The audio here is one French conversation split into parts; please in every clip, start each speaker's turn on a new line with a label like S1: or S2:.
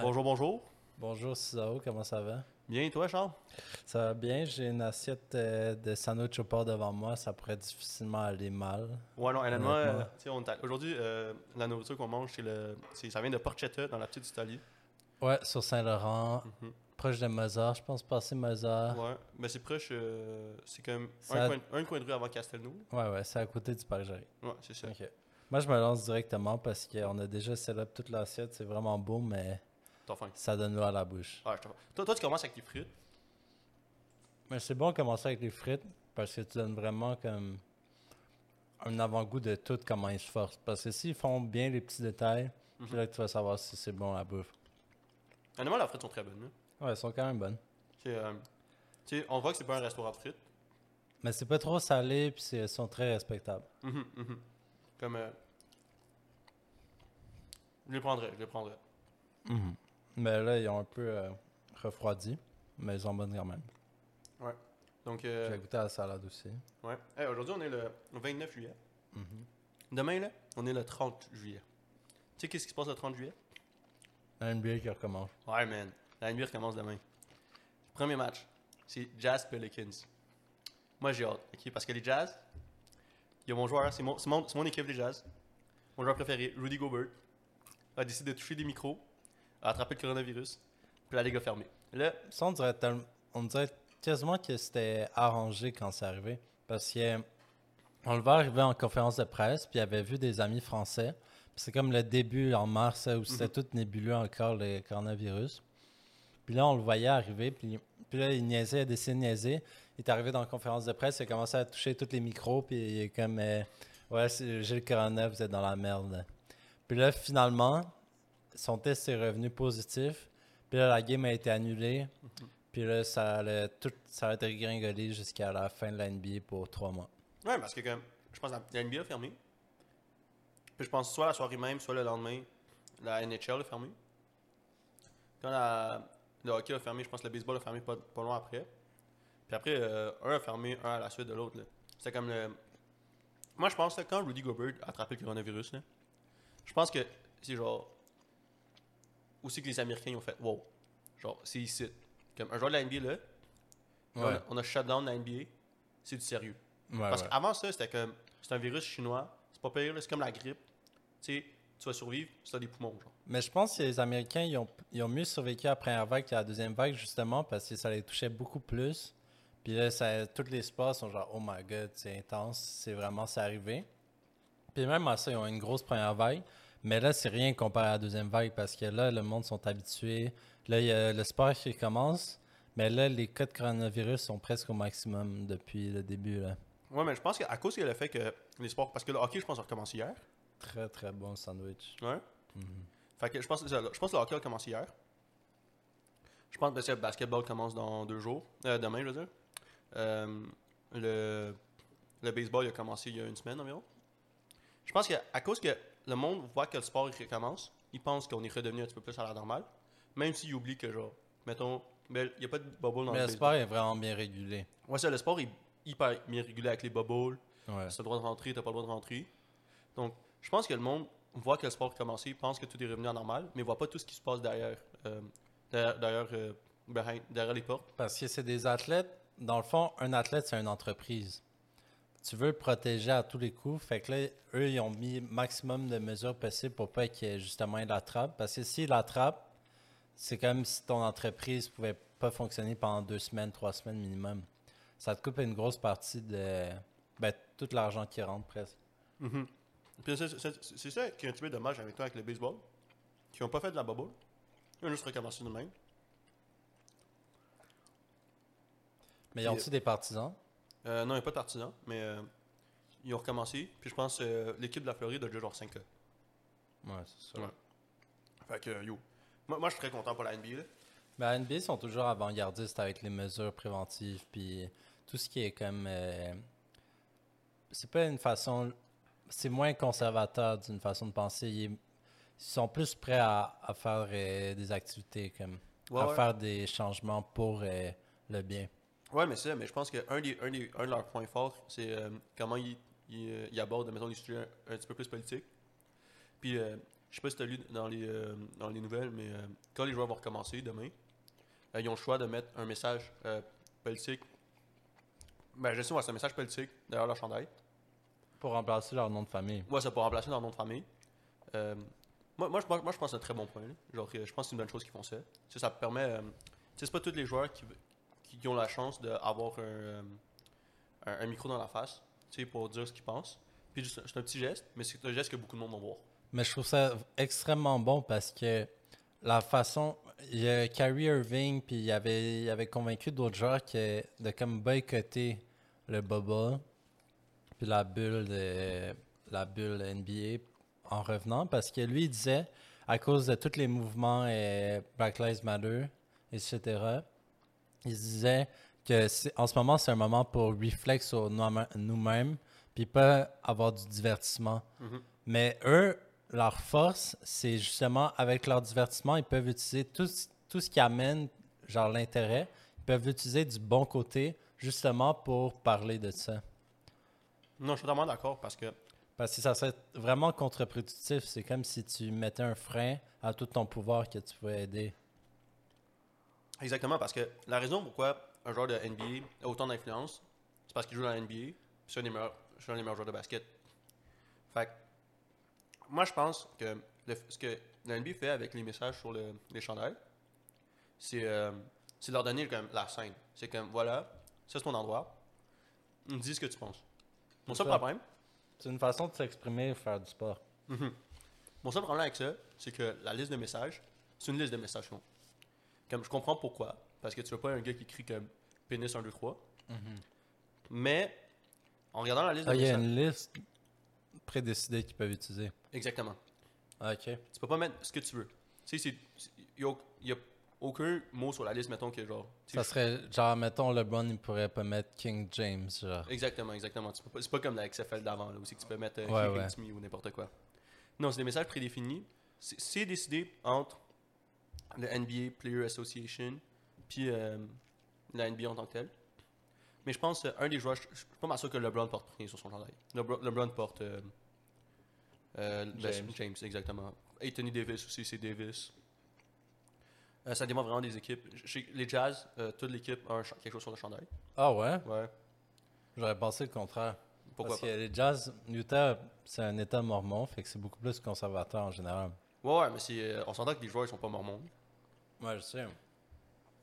S1: Bonjour, bonjour.
S2: Bonjour Cizao, comment ça va?
S1: Bien, et toi, Charles?
S2: Ça va bien, j'ai une assiette euh, de sandwich au porc devant moi, ça pourrait difficilement aller mal.
S1: Ouais, non, honnêtement,
S2: Honnêtement.
S1: euh, tu sais, on est à- aujourd'hui, euh, la nourriture qu'on mange, c'est le, c'est- ça vient de Porchetta, dans la petite Italie.
S2: Ouais, sur Saint-Laurent,
S1: Mhm.
S2: proche de Mozart, je pense passer Mozart.
S1: Ouais, mais c'est proche, euh, c'est comme
S2: Ah. Ça-
S1: un, coin, un coin de rue avant Castelnau.
S2: Ouais, ouais, c'est à côté du parc Jarry.
S1: Ouais, c'est ça.
S2: Ok. Moi, je me lance directement parce qu'on a déjà scellé toute l'assiette, c'est vraiment beau, mais
S1: T'as faim.
S2: ça donne l'eau à la bouche.
S1: Ah, je t'en- toi, toi, tu commences avec tes frites.
S2: Mais c'est bon de commencer avec les frites parce que tu donnes vraiment comme un avant-goût de tout comment ils se forcent. Parce que s'ils font bien les petits détails, c'est là que tu vas savoir si c'est bon la bouffe.
S1: Honnêtement, les frites sont très bonnes. hein.
S2: Ouais, elles sont quand même bonnes.
S1: C'est, euh, tu sais, on voit que c'est pas un restaurant de frites.
S2: Mais c'est pas trop salé puis c'est- elles sont très respectables.
S1: Mhm, mhm. Comme. euh, je les prendrais, je les prendrais.
S2: Mais là, ils ont un peu euh, refroidi, mais elles sont bonnes quand même.
S1: Donc, euh,
S2: J'ai goûté à la salade aussi.
S1: ouais. Hey, aujourd'hui, on est le 29 juillet. Demain, là, on est le 30 juillet. Tu sais, qu'est-ce qui se passe le 30 juillet?
S2: Un bière qui recommence.
S1: Ouais, man. La nuit recommence demain. Premier match, c'est Jazz Pelicans. Moi, j'ai hâte, ok? Parce que les Jazz, il y a mon joueur, c'est mon, c'est mon, c'est mon équipe des Jazz. Mon joueur préféré, Rudy Gobert, a décidé de toucher des micros, a attrapé le coronavirus, puis la ligue a fermé. Là,
S2: Ça, on dirait, tellem- on dirait quasiment que c'était arrangé quand c'est arrivé. Parce que on le voit arriver en conférence de presse, puis il avait vu des amis français. Puis c'est comme le début en mars euh, où c'était tout nébuleux encore le coronavirus. Puis là, on le voyait arriver, puis, puis là, il niaisait, il a décidé de niaiser. Il est arrivé dans la conférence de presse, il a commencé à toucher tous les micros, puis il est comme euh, Ouais, c'est- j'ai le corona, vous êtes dans la merde. Puis là, finalement, son test est revenu positif. Puis là, la game a été annulée. Puis là, ça allait tout, ça allait dégringoler jusqu'à la fin de la NBA pour trois mois.
S1: ouais, parce que quand je pense que la la NBA a fermé. Puis je pense soit la soirée même, soit le lendemain, la NHL a fermé. Quand la- le hockey a fermé, je pense que le baseball a fermé pas, pas loin après. Puis après, euh, un a fermé, un à la suite de l'autre. là. C'était comme le. Moi, je pense que quand Rudy Gobert a attrapé le coronavirus, là, je pense que c'est genre. Aussi que les Américains ont fait wow. Genre, c'est ici. Comme un joueur de la NBA, là, là,
S2: Ouais.
S1: on, a, on a shut down la NBA, c'est du sérieux.
S2: Ouais,
S1: Parce
S2: ouais.
S1: qu'avant ça, c'était comme. C'est un virus chinois. C'est pas pire, là, c'est comme la grippe. Tu sais, tu vas survivre si t'as des poumons, genre.
S2: Mais je pense que les Américains, ils ont, ils ont mieux survécu à la première vague qu'à la deuxième vague, justement, parce que ça les touchait beaucoup plus. Puis là, ça, tous les sports sont genre, oh my god, c'est intense, c'est vraiment, c'est arrivé. Puis même à ça, ils ont une grosse première vague. Mais là, c'est rien comparé à la deuxième vague, parce que là, le monde sont habitués. Là, il y a le sport qui commence. Mais là, les cas de coronavirus sont presque au maximum depuis le début. Là.
S1: Ouais, mais je pense qu'à cause le fait que les sports. Parce que le hockey, je pense, a recommencé hier.
S2: Très, très bon sandwich. Mhm.
S1: Ouais. Fait que je pense, que c'est ça, là. je pense que le hockey a commencé hier. Je pense que le basketball commence dans deux jours. Euh, demain, je veux dire. Euh, le, le baseball il a commencé il y a une semaine environ. Je pense qu'à cause que le monde voit que le sport il recommence, il pense qu'on est redevenu un petit peu plus à la normale. Même s'il oublie que, genre, mettons, ben, il n'y a pas de bubble dans le
S2: Mais le
S1: baseball.
S2: sport est vraiment bien régulé.
S1: Ouais, ça, le sport est hyper bien régulé avec les bubbles.
S2: Ouais.
S1: Si t'as le droit de rentrer, t'as pas le droit de rentrer. Donc, je pense que le monde voit que le sport a commencé, pense que tout est revenu à normal, mais voit pas tout ce qui se passe derrière, euh, derrière, derrière, euh, behind- derrière les portes.
S2: Parce que c'est des athlètes. Dans le fond, un athlète, c'est une entreprise. Tu veux le protéger à tous les coups. Fait que là, eux, ils ont mis maximum de mesures possibles pour pas qu'il y ait justement il attrape. Parce que s'il attrape, c'est comme si ton entreprise pouvait pas fonctionner pendant deux semaines, trois semaines minimum. Ça te coupe une grosse partie de ben, tout l'argent qui rentre presque.
S1: Puis c'est- c'est c'est ça qui est un petit peu dommage avec toi avec le baseball, qui ont pas fait de la bubble. Ils ont juste recommencé de même.
S2: Mais ils ont
S1: Puis-
S2: aussi des partisans.
S1: Euh, non, il n'y a pas de partisans, mais euh, ils ont recommencé. Puis je pense que l'équipe de la Floride a déjà genre 5 cas.
S2: Ouais, c'est ça.
S1: Ouais. Fait que, yo. Moi, moi, je suis très content pour la NBA. là.
S2: Ben, la NBA sont toujours avant-gardistes avec les mesures préventives, puis tout ce qui est comme. euh, c'est pas une façon. C'est moins conservateur d'une façon de penser. Ils, ils sont plus prêts à, à faire euh, des activités, comme.
S1: Ouais,
S2: à
S1: ouais.
S2: faire des changements pour euh, le bien.
S1: Ouais, mais c'est ça, mais je pense qu'un des, un des- un de leurs points forts, c'est euh, comment ils, ils, euh, ils abordent, mettons, des sujets un, un petit peu plus politiques. Puis, euh, Je sais pas si t'as lu dans les, euh, dans les nouvelles, mais euh, quand les joueurs vont recommencer demain, euh, ils ont le choix de mettre un message euh, politique. Ben, je sais, ouais, c'est un message politique derrière leur chandail.
S2: Pour remplacer leur nom de famille.
S1: Ouais, ça peut remplacer leur nom de famille. Euh, moi, moi, je, pense- moi, je pense que c'est un très bon point. là. Genre, euh, je pense que c'est une bonne chose qu'ils font ça. Tu sais, ça permet. euh, tu sais, c'est pas tous les joueurs qui, qui- qui ont la chance d'avoir un, euh, un, un micro dans la face tu sais, pour dire ce qu'ils pensent. Puis c'est c'est un petit geste, mais c'est un geste que beaucoup de monde vont voir.
S2: Mais je trouve ça extrêmement bon parce que la façon. Il y a Kyrie Irving, puis il avait, il avait convaincu d'autres joueurs que, de comme boycotter le bubble, puis la bulle, de, la bulle NBA en revenant, parce que lui, il disait, à cause de tous les mouvements et Black Lives Matter, etc., il se disait que c'est- en ce moment, c'est un moment pour réflexe sur noi- nous-mêmes, puis pas avoir du divertissement. Mais eux, leur force, c'est justement avec leur divertissement, ils peuvent utiliser tout, ce- tout ce qui amène genre l'intérêt, ils peuvent l'utiliser du bon côté justement pour parler de ça.
S1: Non, je suis totalement d'accord parce que.
S2: Parce que ça serait vraiment contre-productif. C'est comme si tu mettais un frein à tout ton pouvoir que tu pouvais aider.
S1: Exactement, parce que la raison pourquoi un joueur de NBA a autant d'influence, c'est parce qu'il joue dans la NBA, puis c'est un des meilleurs, c'est un des meilleurs joueurs de basket. Fait que, moi, je pense que le- ce que la NBA fait avec les messages sur le- les chandails, c'est euh, c'est de leur donner comme, la scène. C'est comme, voilà, ça c'est ton endroit, dis ce que tu penses. Mon
S2: C'est
S1: seul
S2: ça.
S1: problème,
S2: C'est une façon de s'exprimer et faire du sport.
S1: Mon seul problème avec ça, c'est que la liste de messages, c'est une liste de messages longs. Comme je comprends pourquoi, parce que tu veux pas un gars qui crie comme pénis 1, 2, 3. Mais en regardant la liste
S2: Mm-hmm. Ah,
S1: de
S2: il y a
S1: messages.
S2: une liste prédécidée qu'ils peuvent utiliser.
S1: Exactement.
S2: Ah, Ok.
S1: Tu peux pas mettre ce que tu veux. Tu sais, il n'y a, aucun mot sur la liste, mettons, que genre. tu sais,
S2: Ça serait genre, mettons, LeBron, il pourrait pas mettre King James, genre.
S1: Exactement, exactement. Tu peux pas- C'est pas comme la XFL d'avant, là, où c'est que tu peux mettre euh,
S2: Ouais,
S1: He
S2: ouais.
S1: hates me ou n'importe quoi. Non, c'est des messages prédéfinis. C'est- C'est décidé entre le NBA Player Association puis euh, la NBA en tant que telle. Mais je pense euh, un des joueurs, je je suis pas mal sûr que LeBron porte rien sur son chandail. LeBron, LeBron porte euh, euh, ben,
S2: James.
S1: James, exactement. Anthony Davis aussi, c'est Davis. Euh, ça dépend vraiment des équipes. Je- je sais que les Jazz, euh, toute l'équipe a un cha- quelque chose sur le chandail.
S2: Ah ouais?
S1: Ouais.
S2: J'aurais pensé le contraire.
S1: Pourquoi
S2: Parce que les jazz, Utah, c'est un état mormon, fait que c'est beaucoup plus conservateur en général.
S1: Ouais, ouais, mais c'est, euh, on s'entend que les joueurs ils sont pas mormons.
S2: Moi, je sais.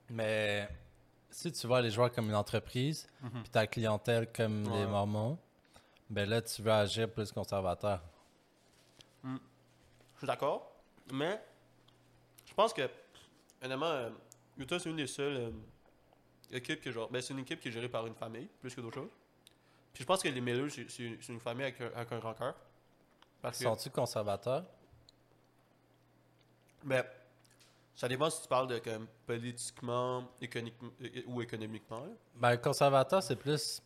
S2: Mais si tu vois les joueurs comme une entreprise, puis ta clientèle comme
S1: Mhm. Ouais.
S2: des mormons, ben là, tu veux agir plus conservateur.
S1: Je suis d'accord, mais je pense que, honnêtement, euh, Utah, c'est une des seules euh, équipes que genre. Ben, c'est une équipe qui est gérée par une famille, plus que d'autres choses. Puis je pense que les Millers, c'est, c'est- c'est une famille avec un, avec un grand cœur. Parce que,
S2: Sont-tu conservateur?
S1: ben, ça dépend si tu parles de comme, politiquement économiquement- euh, ou économiquement. là.
S2: Ben, conservateur, c'est plus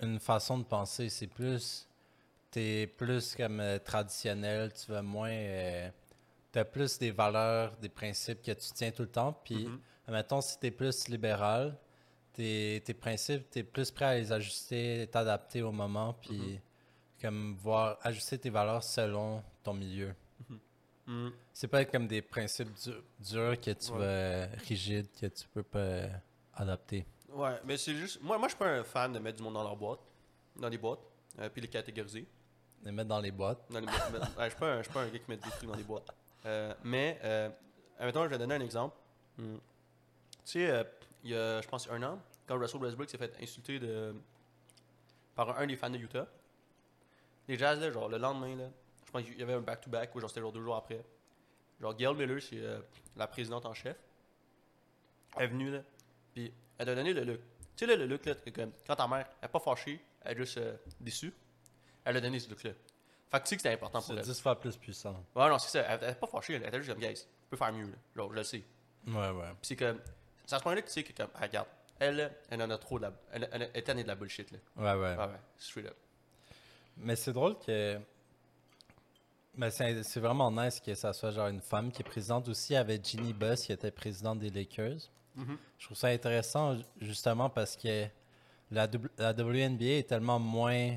S2: une façon de penser. C'est plus. T'es plus comme euh, traditionnel, tu vas moins. euh, T'as plus des valeurs, des principes que tu tiens tout le temps. Puis, mettons, si t'es plus libéral, tes, tes principes, t'es plus prêt à les ajuster, t'adapter au moment, puis comme voir, ajuster tes valeurs selon ton milieu.
S1: Hmm.
S2: C'est pas comme des principes du- durs que tu
S1: Ouais.
S2: vas. euh, rigides, que tu peux pas euh, adapter.
S1: Ouais, mais c'est juste. Moi, moi, je suis pas un fan de mettre du monde dans leur boîte, dans les boîtes, euh, puis les catégoriser.
S2: Les mettre dans les boîtes.
S1: dans les boîtes. Mais- ouais, je suis pas un- je suis pas un gars qui met des trucs dans les boîtes. Euh, mais, euh, admettons, je vais donner un exemple. Hmm. Tu sais, euh, il y a, je pense, un an, quand Russell Westbrook s'est fait insulter de, par un des fans de Utah, les Jazz, là, genre, le lendemain, là, je pense qu'il y avait un back-to-back, ou genre, c'était genre deux jours après. Genre, Gail Miller, c'est euh, la présidente en chef, elle est venue, là, puis elle a donné le look. Tu sais, là, le look, là, que comme, quand ta mère, elle est pas fâchée, elle est juste euh, déçue, elle a donné ce look-là. Fait que tu sais que c'était important pour
S2: C'est
S1: elle.
S2: 10 fois plus puissant.
S1: Ouais, non, c'est ça. Elle elle était pas fâchée, elle était juste comme, guys, on peut faire mieux, là. Genre, je le sais.
S2: Ouais, ouais.
S1: Puis c'est comme, c'est à ce point-là que tu sais que, comme, ah, regarde, elle, là, elle en a trop de la. Elle, elle, elle est tannée de la bullshit, là.
S2: Ouais, ouais.
S1: Ah ouais, straight up.
S2: Mais c'est drôle que. Mais c'est c'est vraiment nice que ça soit genre une femme qui est présidente aussi avec Ginny Buss qui était présidente des Lakers. Je trouve ça intéressant ju- justement parce que la, W- la WNBA est tellement moins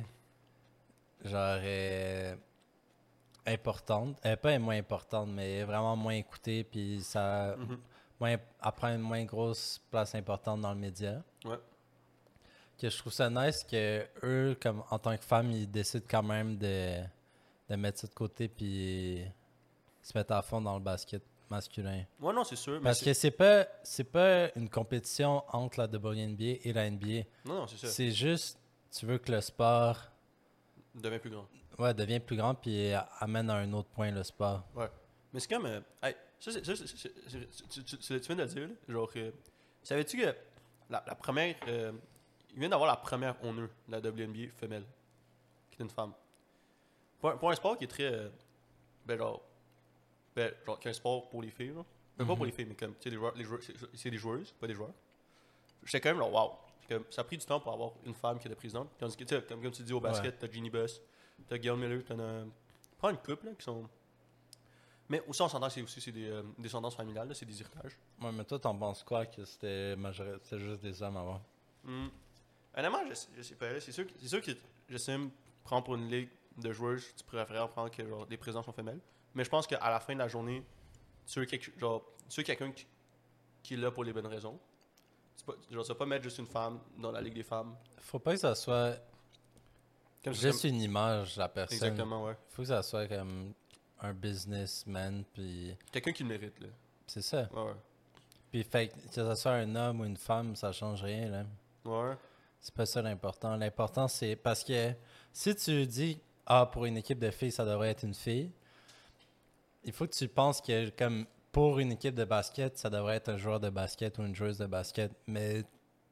S2: genre euh, importante, euh, pas moins importante, mais vraiment moins écoutée, puis ça
S1: Mhm.
S2: moins, elle prend une moins grosse place importante dans le média.
S1: Ouais.
S2: Que je trouve ça nice que eux, comme en tant que femmes, ils décident quand même de, de mettre ça de côté puis se mettre à fond dans le basket masculin.
S1: Ouais, non, c'est sûr. Mais
S2: Parce
S1: c'est-
S2: que c'est pas c'est pas une compétition entre la WNBA et la NBA.
S1: Non, non, c'est ça.
S2: C'est juste tu veux que le sport
S1: Devient plus grand.
S2: ouais, devienne plus grand puis a- amène à un autre point le sport.
S1: Ouais. Mais c'est comme. euh, hey, ça, c'est- ça, c'est- c'est- c'est- tu, tu- tu- tu viens de le dire, là. Genre, euh, savais-tu que la, la première. euh, il vient d'avoir la première honneur de la WNBA femelle, qui est une femme. Pour, un- pour un sport qui est très. euh, ben, genre. Ben, genre, qui est un sport pour les filles, là. Ben, pas
S2: Mhm.
S1: pour les filles, mais comme, tu sais, les joueurs- les joueurs- c'est- c'est des joueuses, pas des joueurs. J'étais quand même là, waouh. Ça a pris du temps pour avoir une femme qui était présidente. Tandis que, tu sais, comme, comme tu dis au basket, t'as Ginny Buss, t'as Gail Miller, t'en as. Prends une couple, là, qui sont. Mais aussi, on s'entend, c'est aussi c'est des euh, descendances familiales, là, c'est des héritages.
S2: Ouais, mais toi t'en penses quoi que c'était majorité- c'était juste des hommes avant Hmm.
S1: Hum. Honnêtement, je, sais- je sais pas. là, C'est sûr, que- c'est sûr que j'estime prendre pour une ligue de joueuses, tu préfères prendre que genre, les présidents sont femelles. Mais je pense qu'à la fin de la journée, tu veux, quelque- genre, tu veux quelqu'un qui, qui est là pour les bonnes raisons. C'est Pas, genre, tu vas pas mettre juste une femme dans la ligue des femmes.
S2: Faut pas que ça soit
S1: Comme
S2: juste une image de la personne.
S1: Exactement, ouais.
S2: Faut que ça soit comme un businessman puis
S1: Quelqu'un qui le mérite, là.
S2: c'est ça.
S1: Ouais, ouais.
S2: Puis fait que que ça soit un homme ou une femme, ça change rien là.
S1: Ouais,
S2: C'est pas ça l'important. L'important, c'est parce que si tu dis Ah, pour une équipe de filles, ça devrait être une fille, il faut que tu penses que comme pour une équipe de basket, ça devrait être un joueur de basket ou une joueuse de basket. Mais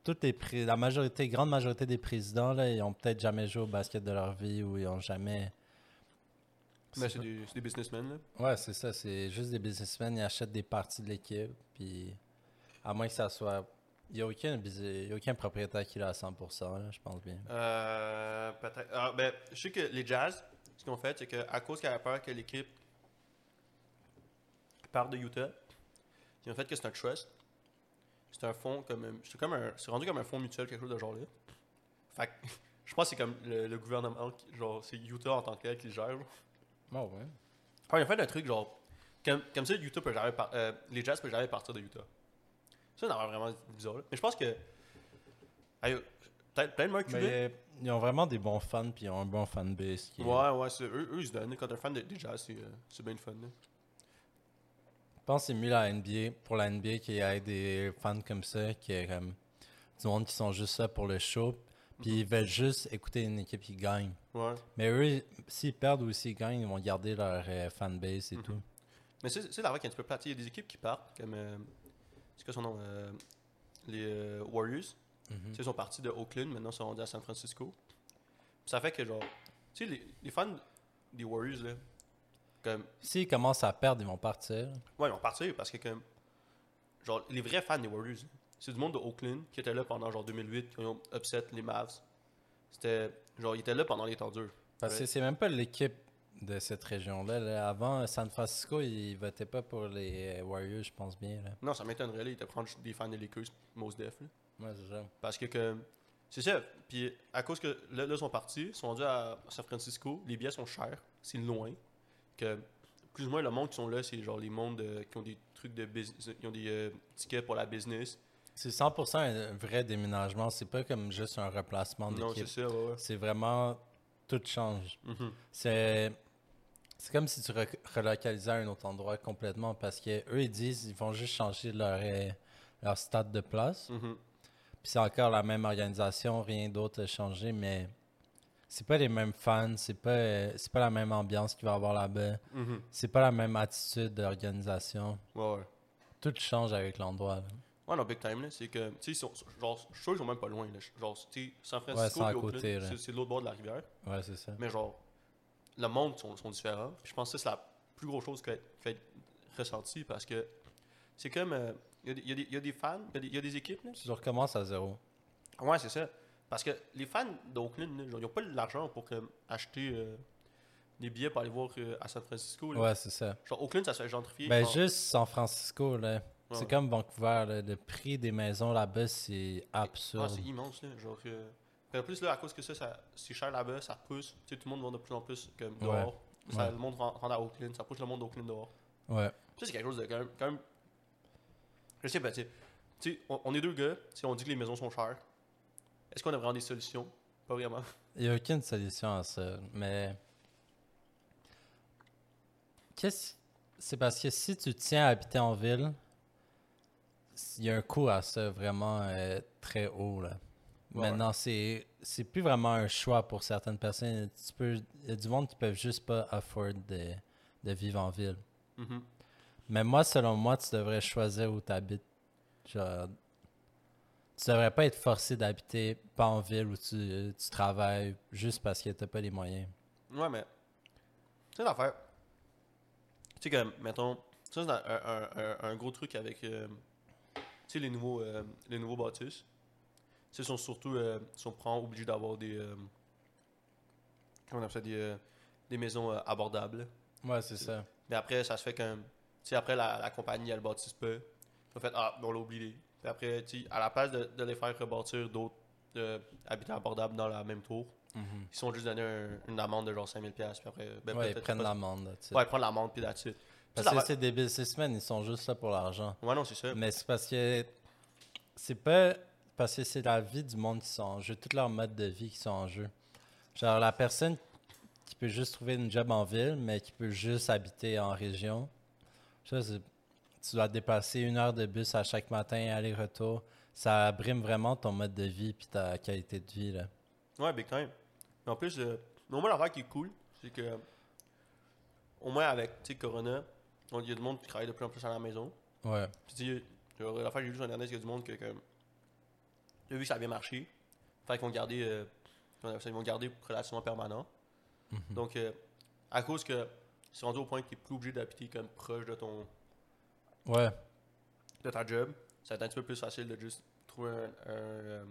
S2: toutes les pré- la majorité, grande majorité des présidents, là, ils ont peut-être jamais joué au basket de leur vie ou ils ont jamais.
S1: Mais c'est des, c'est des businessmen, là.
S2: Ouais, c'est ça. C'est juste des businessmen, ils achètent des parties de l'équipe. Puis, à moins que ça soit. Il n'y a, aucun busi- il y a aucun propriétaire qui l'a à 100%, là, je pense bien.
S1: Euh, peut-être. Ah, ben, je sais que les Jazz, ce qu'ils ont fait, c'est qu'à cause qu'ils avaient peur que l'équipe parte de Utah, ils ont fait que c'est un trust. C'est un fonds comme. un- C'est comme un. C'est rendu comme un fonds mutuel, quelque chose de genre là. Fait que, je pense que c'est comme le, le gouvernement, qui- genre, c'est Utah en tant que tel qui le gère. genre.
S2: Oh, ouais.
S1: Ah, ils ont fait un truc genre. Comme, comme ça, Utah peut jamais par- euh, les Jazz peuvent jamais partir de Utah. Ça, c'est vraiment bizarre. là. Mais je pense que. Aïe, Peut-être plein de moins culés.
S2: Mais euh, ils ont vraiment des bons fans, puis ils ont un bon fanbase. Qui...
S1: Ouais, ouais, c'est, eux, eux, ils se donnent. Quand t'es un fan de, des Jazz, c'est, euh, c'est bien le fun. là.
S2: Je pense que c'est mieux la NBA, pour la NBA qu'il y ait des fans comme ça, qui est comme du monde qui sont juste là pour le show, puis ils veulent juste écouter une équipe qui gagne.
S1: Ouais.
S2: Mais eux, s'ils perdent ou s'ils gagnent, ils vont garder leur euh, fanbase et tout.
S1: Mais c'est, c'est la vraie qui est un petit peu plate. Il y a des équipes qui partent, comme. euh, c'est quoi son nom euh, Les euh,
S2: Mm.
S1: Warriors.
S2: Mhm.
S1: Tu sais, Ils sont partis de Oakland, maintenant ils sont rendus à San Francisco. Puis ça fait que, genre. Tu sais, les, les fans des Warriors, là. Comme.
S2: S'ils commencent à perdre, ils vont partir.
S1: Ouais, ils vont partir parce que, comme. Genre, les vrais fans des Warriors, là, c'est du monde de Oakland qui était là pendant, genre, 2008, quand ils ont upset les Mavs. C'était. Genre, ils étaient là pendant les temps durs.
S2: Parce que
S1: Ouais.
S2: c'est même pas l'équipe de cette région-là. là. Avant, San Francisco, ils votaient pas pour les euh, Warriors, je pense bien. Là.
S1: Non, ça m'étonnerait, là, ils te prendre des fans des Lakers, most def, là.
S2: Ouais, c'est ça.
S1: Parce que, comme, c'est ça. Puis, à cause que là, là, ils sont partis, ils sont rendus à San Francisco, les billets sont chers, c'est loin. Que, plus ou moins, le monde qui sont là, c'est genre les mondes euh, qui ont des trucs de business, qui ont des euh, tickets pour la business.
S2: C'est 100% un vrai déménagement. C'est pas comme juste un replacement
S1: Non,
S2: d'équipe.
S1: c'est ça, ouais. ouais.
S2: C'est vraiment tout change.
S1: Mhm.
S2: C'est c'est comme si tu re- relocalisais à un autre endroit complètement parce que eux ils disent ils vont juste changer leur euh, leur stade de place.
S1: Mhm.
S2: Puis c'est encore la même organisation, rien d'autre a changé mais c'est pas les mêmes fans, c'est pas euh, c'est pas la même ambiance qu'il va y avoir là-bas,
S1: Mhm.
S2: c'est pas la même attitude d'organisation.
S1: Ouais, ouais.
S2: Tout change avec l'endroit. là.
S1: Ouais, non, big time, là, c'est que, tu sais, ils sont- genre, je suis sûr qu'ils sont même pas loin, là. Genre, tu sais, San Francisco,
S2: c'est à
S1: puis Oakland,
S2: côté, là.
S1: c'est- c'est de l'autre bord de la rivière.
S2: Ouais, c'est ça.
S1: Mais genre, le monde sont, sont différents. Puis je pense que ça, c'est la plus grosse chose qui va être, qui va être ressentie parce que c'est comme. euh, Il y, a des- il y a des- il y a des fans, il y a des- il y, a des équipes. Là.
S2: Tu recommences à zéro.
S1: Ouais, c'est ça. Parce que les fans d'Oakland, là, genre, ils n'ont pas l'argent pour comme, acheter euh, des billets pour aller voir euh, à San Francisco. là.
S2: Ouais, c'est ça.
S1: Genre, Oakland, ça se fait gentrifier.
S2: Ben,
S1: genre.
S2: juste San Francisco, là.
S1: Ouais,
S2: c'est
S1: ouais.
S2: comme Vancouver, là. le prix des maisons là-bas, c'est
S1: Ah,
S2: absurde.
S1: c'est immense. Là, genre, euh, puis en plus, là, à cause que ça, ça c'est cher là-bas, ça pousse. Tu sais, tout le monde va de plus en plus comme,
S2: Ouais.
S1: dehors. Ça,
S2: Ouais.
S1: Le monde rentre rentre à Oakland, ça pousse le monde d'Oakland dehors.
S2: Ouais.
S1: Ça, c'est quelque chose de quand même. Quand même je sais pas, tu sais, tu sais, on, on est deux gars, tu sais, on dit que les maisons sont chères. Est-ce qu'on a vraiment des solutions Pas vraiment.
S2: Il n'y a aucune solution à ça, mais. Qu'est-ce. C'est parce que si tu tiens à habiter en ville, s- il y a un coût à ça vraiment euh, très haut. Là.
S1: Ouais,
S2: Maintenant, c'est c'est plus vraiment un choix pour certaines personnes. Tu peux, il y a du monde qui peuvent juste pas afford de, de vivre en ville.
S1: Mhm.
S2: Mais moi, selon moi, tu devrais choisir où tu habites. Genre, tu devrais pas être forcé d'habiter pas en ville où tu, tu travailles juste parce que t'as pas les moyens.
S1: Ouais, mais. Tu sais, l'affaire. Tu sais, que, mettons. Ça, c'est un, un- un- un gros truc avec. euh, tu sais, les nouveaux, euh, les nouveaux bâtisses. Tu sais, ils sont surtout. euh, ils sont prend obligés d'avoir des. euh, comment on appelle ça Des, euh, des maisons euh, abordables.
S2: Ouais, c'est ça.
S1: Mais après, ça se fait comme. Tu sais, après, la, la compagnie, elle bâtisse pas. Ils ont fait, ah, on l'a oublié. Puis après, tu sais, à la place de, de les faire rebâtir d'autres euh, habitats abordables dans la même tour, ils sont juste donné un- une amende de genre 5000$. Puis après, ben,
S2: ouais, ils
S1: peut-être
S2: prennent
S1: pas-
S2: l'amende. là, tu sais.
S1: Ouais, ils prennent l'amende, puis là-dessus. Tu sais,
S2: parce que
S1: l'affaire-
S2: c'est débile, ces semaines, ils sont juste là pour l'argent.
S1: Ouais, non, c'est ça.
S2: Euh, Mais c'est parce que c'est pas parce que c'est la vie du monde qui sont en jeu, tout leur mode de vie qui sont en jeu. Genre la personne qui peut juste trouver une job en ville, mais qui peut juste habiter en région. Ça, c'est- tu dois dépasser une heure de bus à chaque matin, aller-retour. Ça brime vraiment ton mode de vie puis ta qualité de vie. Là.
S1: Ouais, big time. Mais en plus, euh, mais au moins, l'affaire qui est cool, c'est que. Au moins, avec, tu sais, Corona, on- il y a du monde qui travaille de plus en plus à la maison.
S2: Ouais.
S1: Puis tu sais, genre, l'affaire que j'ai vu sur Internet, il y a du monde que, comme. J'ai vu que ça avait marché. Fait qu'ils vont garder. euh, comment on appelle ça, ils vont garder relativement permanent.
S2: Mhm. Mm.
S1: Donc, euh, à cause que. C'est rendu au point que tu plus obligé d'habiter comme proche de ton
S2: Ouais.
S1: de ta job, ça va être un petit peu plus facile de juste trouver un, un, euh,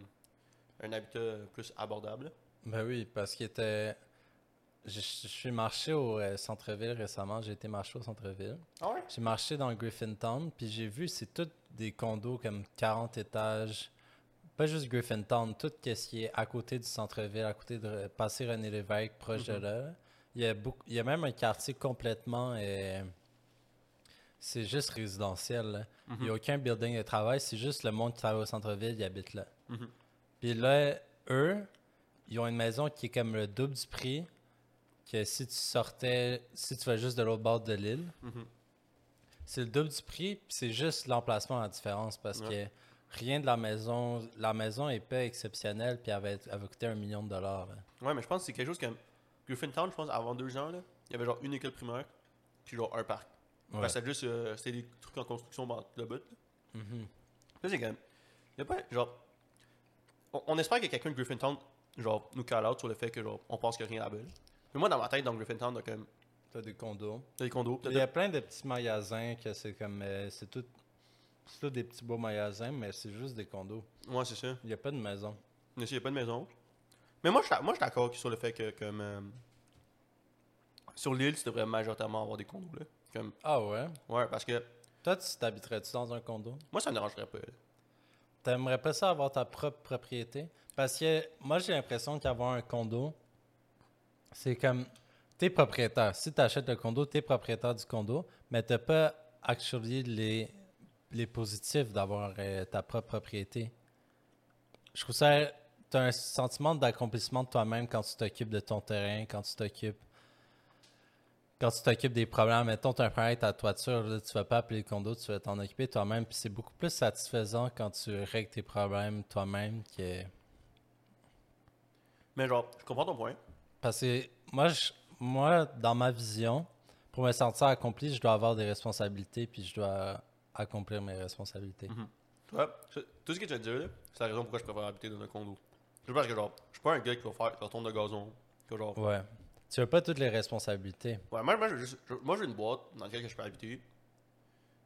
S1: un habitat plus abordable.
S2: Ben oui, parce qu'il était. Je, je suis marché au euh, centre-ville récemment. J'ai été marcher au centre-ville.
S1: Ah ouais?
S2: J'ai marché dans Griffintown, puis j'ai vu, c'est tous des condos comme 40 étages. Pas juste Griffintown, tout ce qui est à côté du centre-ville, à côté de passer René Lévesque, proche
S1: Mm-hmm.
S2: de là. Il y, a beaucoup, il y a même un quartier complètement. euh, c'est juste résidentiel. là.
S1: Mhm.
S2: Il n'y a aucun building de travail, c'est juste le monde qui travaille au centre-ville, il habite là.
S1: Mhm.
S2: Puis là, eux, ils ont une maison qui est comme le double du prix que si tu sortais, si tu vas juste de l'autre bord de l'île.
S1: Mhm.
S2: C'est le double du prix, puis c'est juste l'emplacement la différence parce
S1: Ouais.
S2: que rien de la maison, la maison est pas exceptionnelle, puis elle va, être- elle va coûter un million de dollars. là.
S1: Ouais, mais je pense que c'est quelque chose comme. Griffintown, je pense, avant deux ans, là, il y avait genre une école primaire, puis genre un parc.
S2: Ouais.
S1: Parce que c'était juste. euh, c'était des trucs en construction dans le but. Là,
S2: Mhm.
S1: Là, c'est quand même. Il y a pas. Genre. On, on espère que quelqu'un de Griffintown, genre, nous call out sur le fait que, genre, on pense que rien là-bas. là. Mais moi, dans ma tête, dans Griffintown, t'as comme.
S2: T'as des condos.
S1: T'as des condos, t'as
S2: Il y a plein de petits magasins que c'est comme. euh, c'est tout, c'est tout des petits beaux magasins, mais c'est juste des condos.
S1: Ouais, c'est ça.
S2: Il n'y a pas de maison.
S1: Mais s'il n'y a pas de maison. Mais moi, je suis d'ac- moi, je suis d'accord sur le fait que, comme. euh, sur l'île, tu devrais majoritairement avoir des condos, là. Comme,
S2: Ah ouais?
S1: ouais, parce que
S2: Toi, tu t'habiterais-tu dans un condo?
S1: moi, ça me dérangerait pas. là.
S2: T'aimerais pas ça avoir ta propre propriété? Parce que moi, j'ai l'impression qu'avoir un condo, c'est comme. T'es propriétaire. Si t'achètes le condo, t'es propriétaire du condo, mais t'as pas actually les, les positifs d'avoir euh, ta propre propriété. Je trouve ça. T'as un sentiment d'accomplissement de toi-même quand tu t'occupes de ton terrain, quand tu t'occupes. Quand tu t'occupes des problèmes, mettons, t'as un problème avec ta toiture, là, tu vas pas appeler le condo, tu vas t'en occuper toi-même, puis c'est beaucoup plus satisfaisant quand tu règles tes problèmes toi-même que.
S1: Mais genre, je comprends ton point.
S2: Parce que moi, je- moi, dans ma vision, pour me sentir accompli, je dois avoir des responsabilités, puis je dois accomplir mes responsabilités.
S1: Toi, ça- tout ce que tu as dit, là, c'est la raison pourquoi je préfère habiter dans un condo. C'est parce que, genre, je suis pas un gars qui va faire, qui va tourner le gazon. Que genre,
S2: Ouais. Tu veux pas toutes les responsabilités.
S1: ouais, moi, moi, je veux juste- je- moi, j'ai une boîte dans laquelle que je peux habiter.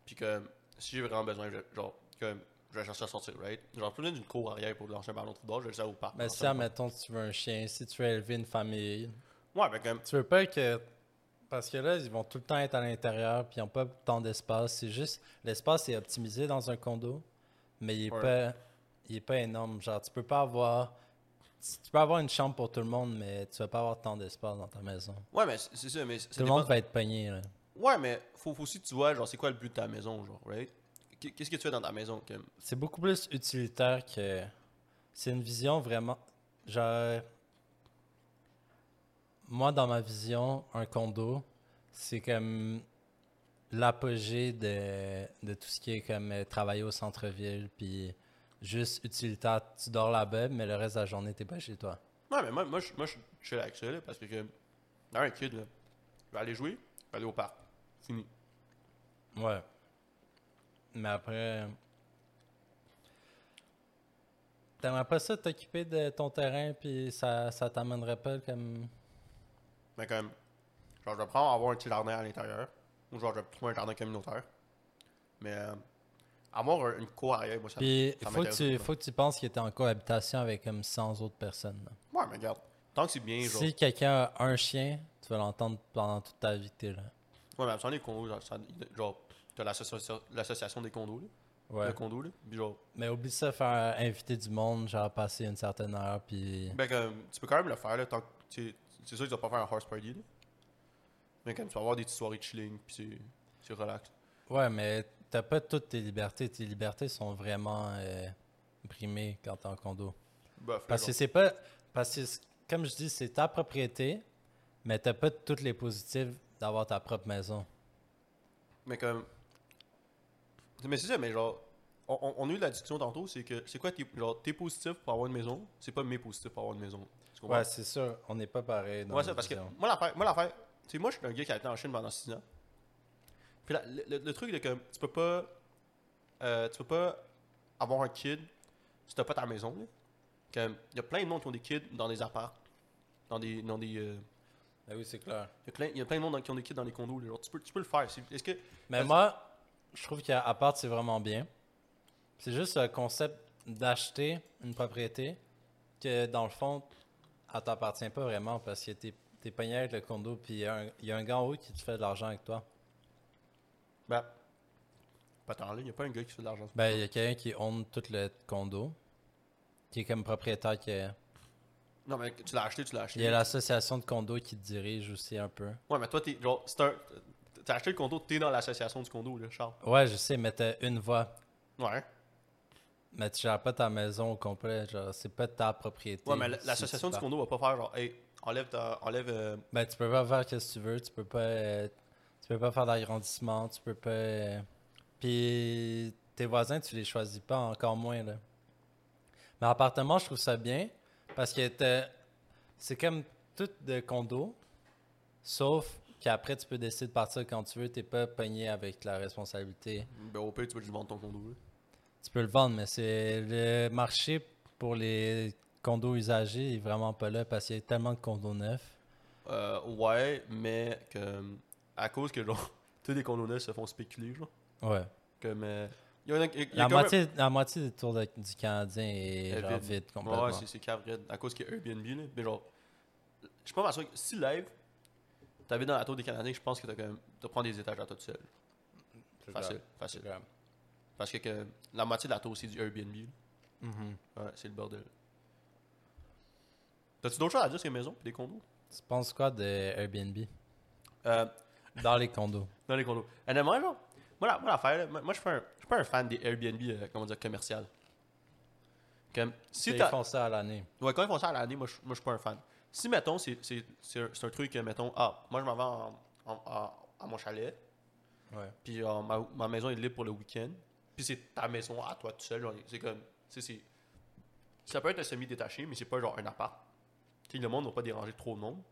S1: Puis que, si j'ai vraiment besoin, je- genre, que je vais chercher à sortir, right? Genre, plus besoin d'une cour arrière pour lancer un ballon de football, je vais le faire au parc.
S2: Mais
S1: lancer
S2: Ben, si,
S1: un ballon.
S2: admettons, tu veux un chien, si tu veux élever une famille,
S1: Ouais, mais comme,
S2: tu veux pas que. Parce que là, ils vont tout le temps être à l'intérieur, puis ils n'ont pas tant d'espace. C'est juste. L'espace est optimisé dans un condo, mais il est,
S1: Ouais.
S2: pas, il est pas énorme. Genre, tu peux pas avoir tu tu peux avoir une chambre pour tout le monde, mais tu vas pas avoir tant d'espace dans ta maison.
S1: Ouais, mais c'est c'est ça, mais
S2: Tout le monde va être pogné, là.
S1: Ouais, mais faut, faut aussi que tu vois, genre, c'est quoi le but de ta maison, genre, right? Qu- Qu'est-ce que tu fais dans ta maison? comme?
S2: C'est beaucoup plus utilitaire que. C'est une vision vraiment. Genre. Moi, dans ma vision, un condo, c'est comme l'apogée de, de tout ce qui est comme euh, travailler au centre-ville, puis juste utilitaire. Tu dors là-bas, mais le reste de la journée, t'es pas chez toi.
S1: Ouais, mais moi, moi, je, moi, je suis chill avec ça, là, parce que, comme, dans un kid, là, je vais aller jouer, je vais aller au parc. Fini.
S2: Ouais. Mais après. T'aimerais pas ça t'occuper de ton terrain, puis ça, ça t'amènerait pas comme.
S1: Mais comme, genre, je vais prendre avoir un petit jardin à l'intérieur, ou genre, je vais trouver un jardin communautaire. Mais, euh, avoir un- une cour arrière, moi, ça
S2: Puis
S1: ça
S2: faut que,
S1: m'intéresse
S2: tu,
S1: pas.
S2: faut que tu penses qu'il était en cohabitation avec comme 100 autres personnes. là.
S1: Ouais, mais regarde, tant que c'est bien, genre.
S2: Si quelqu'un a un chien, tu vas l'entendre pendant toute ta vie que t'es là.
S1: Ouais, mais ça, les condos, genre, ça- genre t'as l'associa- l'association des condos, là.
S2: Ouais.
S1: Le condo, là. Puis, genre,
S2: Mais oublie ça, faire inviter du monde, genre passer une certaine heure, puis.
S1: Ben, comme, tu peux quand même le faire, là, tant que tu- C'est sûr que tu vas pas faire un horse party, là. Mais comme, tu vas avoir des petites soirées de chilling, puis c'est- c'est relax.
S2: Ouais, mais t'as pas toutes tes libertés. Tes libertés sont vraiment euh, brimées quand t'es en condo.
S1: Bah, fais
S2: Parce que
S1: genre.
S2: c'est pas. Parce que, c- comme je dis, c'est ta propriété, mais t'as pas toutes les positives d'avoir ta propre maison.
S1: Mais comme... Mais c'est ça, mais genre... On, on- on a eu la discussion tantôt, c'est que... C'est quoi, tes, genre, t'es positif pour avoir une maison, c'est pas mes positifs pour avoir une maison. Tu comprends?
S2: Ouais, c'est sûr. On n'est pas pareil. dans
S1: Ouais,
S2: nos
S1: ça, parce que
S2: visions.
S1: moi, l'affaire, moi, l'affaire, tu sais, moi, je suis un gars qui a été en Chine pendant 6 ans. Puis la- le, le- le truc de comme, tu peux pas, euh, tu peux pas avoir un kid si t'as pas ta maison, là. Comme, il y a plein de monde qui ont des kids dans des apparts, dans des, dans des, euh,
S2: Ben oui, c'est clair.
S1: il y a plein, il y a plein de monde dans- qui ont des kids dans des condos, là. Genre, tu peux, tu peux le faire. C'est- Est-ce que,
S2: Mais
S1: Parce-
S2: moi, je trouve qu'à part, c'est vraiment bien. C'est juste le concept d'acheter une propriété que, dans le fond, elle t'appartient pas vraiment parce que t'es, t'es pogné avec le condo puis il y, a un- il y a un gars en haut qui te fait de l'argent avec toi.
S1: ben, pas tant là, il y a pas un gars qui fait de l'argent.
S2: Ben, il y a quelqu'un qui own tout le condo, qui est comme propriétaire. Qui est...
S1: Non, mais tu l'as acheté, tu l'as acheté.
S2: Il y a l'association de condos qui te dirige aussi un peu.
S1: Ouais, mais toi, t'es, genre, c'est un, t'as acheté le condo, t'es dans l'association du condo, là, Charles.
S2: Ouais, je sais, mais t'as une voix.
S1: Ouais.
S2: Mais tu gères pas ta maison au complet. Genre, c'est pas ta propriété.
S1: Ouais, mais l-
S2: si tu
S1: l'association du
S2: pars.
S1: condo va pas faire genre, hey, enlève ta. Enlève. euh,
S2: Ben, tu peux pas faire ce que tu veux, tu peux pas, euh, tu peux pas faire d'agrandissement, tu peux pas. euh, Puis tes voisins, tu les choisis pas, encore moins là. Mais appartement, je trouve ça bien parce que t'as- c'est comme tout de condo, sauf qu'après tu peux décider de partir quand tu veux, t'es pas pogné avec la responsabilité.
S1: ben, au pire, tu peux juste vendre ton condo. là.
S2: Tu peux le vendre, mais c'est le marché pour les condos usagés est vraiment pas là parce qu'il y a tellement de condos neufs.
S1: Euh, ouais, mais que. À cause que, genre, tous les condos neufs se font spéculer, genre.
S2: Ouais.
S1: Comme. euh, y en a- y- y a
S2: La
S1: comme
S2: moitié, la moitié du tour de- du Canadien est
S1: Euh,
S2: genre
S1: vide.
S2: vide,
S1: un-
S2: complètement.
S1: Ouais, c'est- c'est cave, raide, À cause qu'il y a Airbnb, là. Mais genre. Je suis pas mal sûr que si live, t'habites dans la tour des Canadiens, je pense que t'as quand même. T'as prendre des étages à toi tout seul. Facile, facile. Parce que, que la moitié de la tour, c'est du Airbnb. là.
S2: Mhm.
S1: Ouais, c'est le bordel. T'as-tu d'autres choses à dire sur les maisons et les condos?
S2: Tu penses quoi de Airbnb
S1: Euh,
S2: Dans les condos.
S1: Dans les condos. Honnêtement, genre, moi, la- moi, l'affaire, là, moi, moi, je suis pas un- je suis pas un fan des Airbnb, euh, comment dire, commercial. Comme, si
S2: Ils
S1: t'as-
S2: font ça à l'année.
S1: Ouais, quand ils font ça à l'année, moi, je moi, je suis pas un fan. Si, mettons, c'est c'est- c'est un, c'est un truc, euh, mettons, ah, moi, je m'en vais en- en- en- à mon chalet,
S2: Ouais.
S1: puis euh, ma, ma maison est libre pour le week-end, puis c'est ta maison à toi tout seul. genre, C'est comme, tu sais, c'est. Ça peut être un semi-détaché, mais c'est pas genre un appart. Tu sais, le monde n'a pas dérangé trop de monde.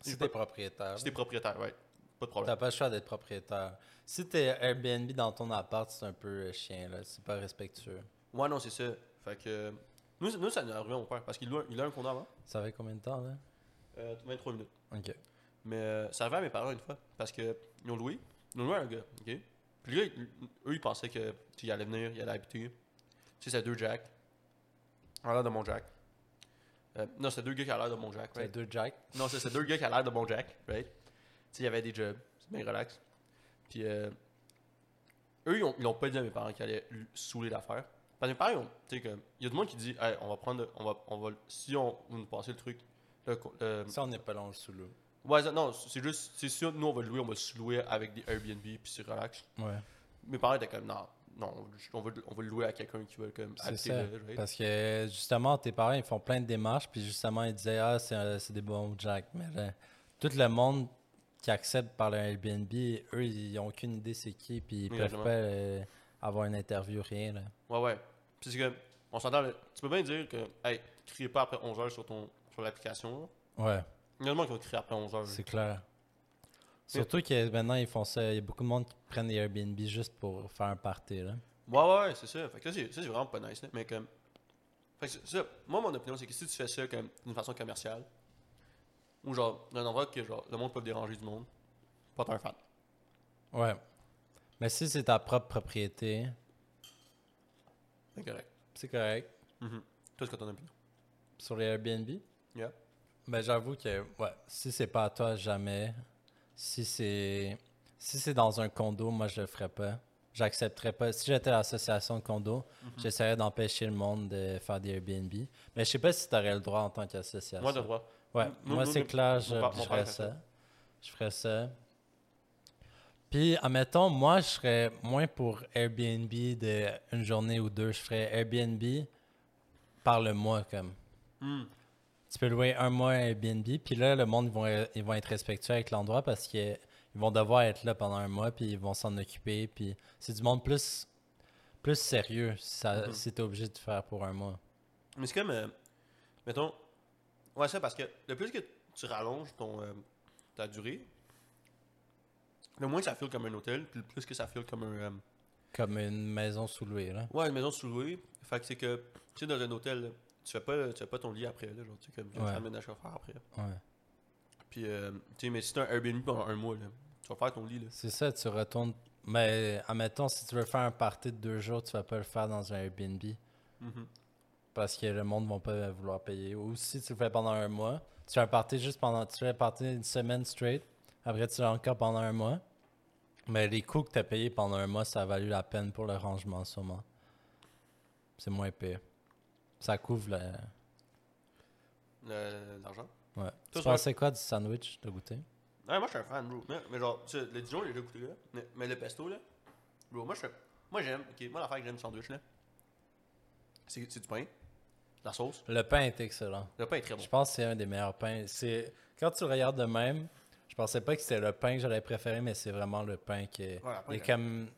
S2: Si
S1: C'est
S2: t'es
S1: pas-
S2: propriétaire,
S1: Si t'es propriétaire, ouais, pas de
S2: t'as
S1: problème.
S2: pas le choix d'être propriétaire. Si t'es Airbnb dans ton appart, c'est un peu euh, chien, là. C'est pas respectueux.
S1: Ouais, non, c'est ça. Fait que. euh, Nous, nous ça nous est arrivé à mon père parce qu'il a, il a un condo avant,
S2: Ça fait combien de temps, là
S1: euh, 23 minutes.
S2: Ok.
S1: Mais euh, ça arrivait à mes parents une fois parce que ils ont loué. Ils ont loué à un gars, ok? Puis le gars, il- eux, ils pensaient que tu sais, il allait venir, il allait habiter. Tu sais, c'est deux Jack. À l'air de mon Jack. Euh, non, c'est deux gars qui a l'air de mon Jack,
S2: T'as
S1: right?
S2: deux Jack.
S1: Non, c'est c'est deux gars qui a l'air de bon Jack, right? Tu sais, il y avait des jobs, c'est bien relax. Puis euh, eux, ils ont- ils l'ont pas dit à mes parents qu'ils allaient l- saouler l'affaire. Parce que pareil, on- tu sais, que- il y a du monde qui dit, Hey, on va prendre, on va, on va, si on, vous nous passez le truc, le co- le-
S2: Ça, on n'est pas long sous l'eau.
S1: ouais, ça- non, c'est juste, c'est sûr, nous on va le louer, on va se louer avec des Airbnb, puis c'est relax.
S2: Ouais.
S1: Mes parents étaient comme, non, non, on veut, on veut le louer à quelqu'un qui veut comme
S2: C'est
S1: habiter
S2: ça.
S1: le raid.
S2: Parce que justement, tes parents, ils font plein de démarches, puis justement, ils disaient Ah, c'est un- c'est des bons Jack. Mais là, tout le monde qui accepte par le Airbnb, eux, ils n'ont aucune idée c'est qui, puis ils peuvent
S1: Exactement.
S2: pas euh, avoir une interview, rien. Là.
S1: Ouais, ouais. Puis c'est que, on s'entend, là, tu peux bien dire que, hey, crie pas après 11h sur, ton- sur l'application. là.
S2: Ouais,
S1: Il y a des gens qui vont crier après 11h.
S2: c'est clair. Surtout que maintenant, ils font ça. Il y a beaucoup de monde qui prennent des Airbnb juste pour faire un party. Là.
S1: Ouais, ouais, ouais, c'est ça. Fait que ça, c'est ça, c'est vraiment pas nice. là. Mais comme. Fait que c'est- ça, moi, mon opinion, c'est que si tu fais ça comme d'une façon commerciale, ou genre, d'un endroit que genre, le monde peut déranger du monde, pas un fan.
S2: Ouais. Mais si c'est ta propre propriété,
S1: C'est correct.
S2: c'est correct.
S1: Mhm. Toi, c'est quoi ton opinion?
S2: Sur les Airbnb,
S1: Yeah.
S2: Ben, j'avoue que ouais, si c'est pas à toi, jamais. Si c'est si c'est dans un condo, moi je le ferais pas. J'accepterais pas. Si j'étais à l'association de condo,
S1: Mm-hmm.
S2: j'essaierais d'empêcher le monde de faire des Airbnb. Mais je sais pas si tu aurais le droit en tant qu'association.
S1: Moi, de droit.
S2: Ouais,
S1: Nous-
S2: moi
S1: nous,
S2: c'est
S1: nous-
S2: clair,
S1: mon
S2: je,
S1: père-
S2: je
S1: mon père
S2: ferais
S1: fait
S2: ça.
S1: ça.
S2: Je ferais ça. Puis, admettons, moi, je serais moins pour Airbnb de une journée ou deux. Je ferais Airbnb par le mois, comme.
S1: Hmm.
S2: Tu peux louer un mois à Airbnb, puis là, le monde, ils vont, ils vont être respectueux avec l'endroit parce qu'ils vont devoir être là pendant un mois, puis ils vont s'en occuper, puis c'est du monde plus, plus sérieux ça,
S1: Mhm.
S2: si t'es obligé de faire pour un mois.
S1: Mais c'est comme. euh, mettons. Ouais, ça, parce que le plus que tu rallonges ton, euh, ta durée, le moins que ça file comme un hôtel, puis le plus que ça file comme un. euh,
S2: Comme une maison sous-louée, là.
S1: Ouais, une maison sous-louée. Fait que c'est que, tu sais, dans un hôtel, là, tu fais pas, tu fais pas ton lit après, là, genre, tu sais, comme, tu
S2: Ouais.
S1: amènes un chauffeur après.
S2: Ouais.
S1: Puis, euh, tu sais, mais si t'as un Airbnb pendant un mois, là, tu vas faire ton lit, là.
S2: C'est ça, tu retournes. Mais admettons, si tu veux faire un party de deux jours, tu vas pas le faire dans un Airbnb
S1: Mhm.
S2: parce que le monde va pas vouloir payer. Ou si tu le fais pendant un mois, tu fais un party juste pendant. Tu fais un party une semaine straight, après tu l'as encore pendant un mois. Mais les coûts que tu as payés pendant un mois, ça a valu la peine pour le rangement, sûrement. C'est moins pire. Ça couvre le.
S1: Le- L'argent.
S2: Ouais. Tu
S1: c'est
S2: pensais quoi du sandwich de goûter
S1: Ouais, moi, je suis un fan, bro. Mais, mais genre, tu sais, le Dijon, il est déjà goûté, là. Mais, mais le pesto, là, bro, moi, je fais- Moi, j'aime. Ok, moi, l'affaire que j'aime du sandwich, là, c'est c'est du pain, de la sauce.
S2: Le pain est excellent.
S1: Le pain est très bon.
S2: Je pense que c'est un des meilleurs pains. C'est quand tu le regardes de même, je pensais pas que c'était le pain que j'allais préférer, mais c'est vraiment le pain qui est,
S1: Ouais, le pain
S2: il est
S1: est-
S2: comme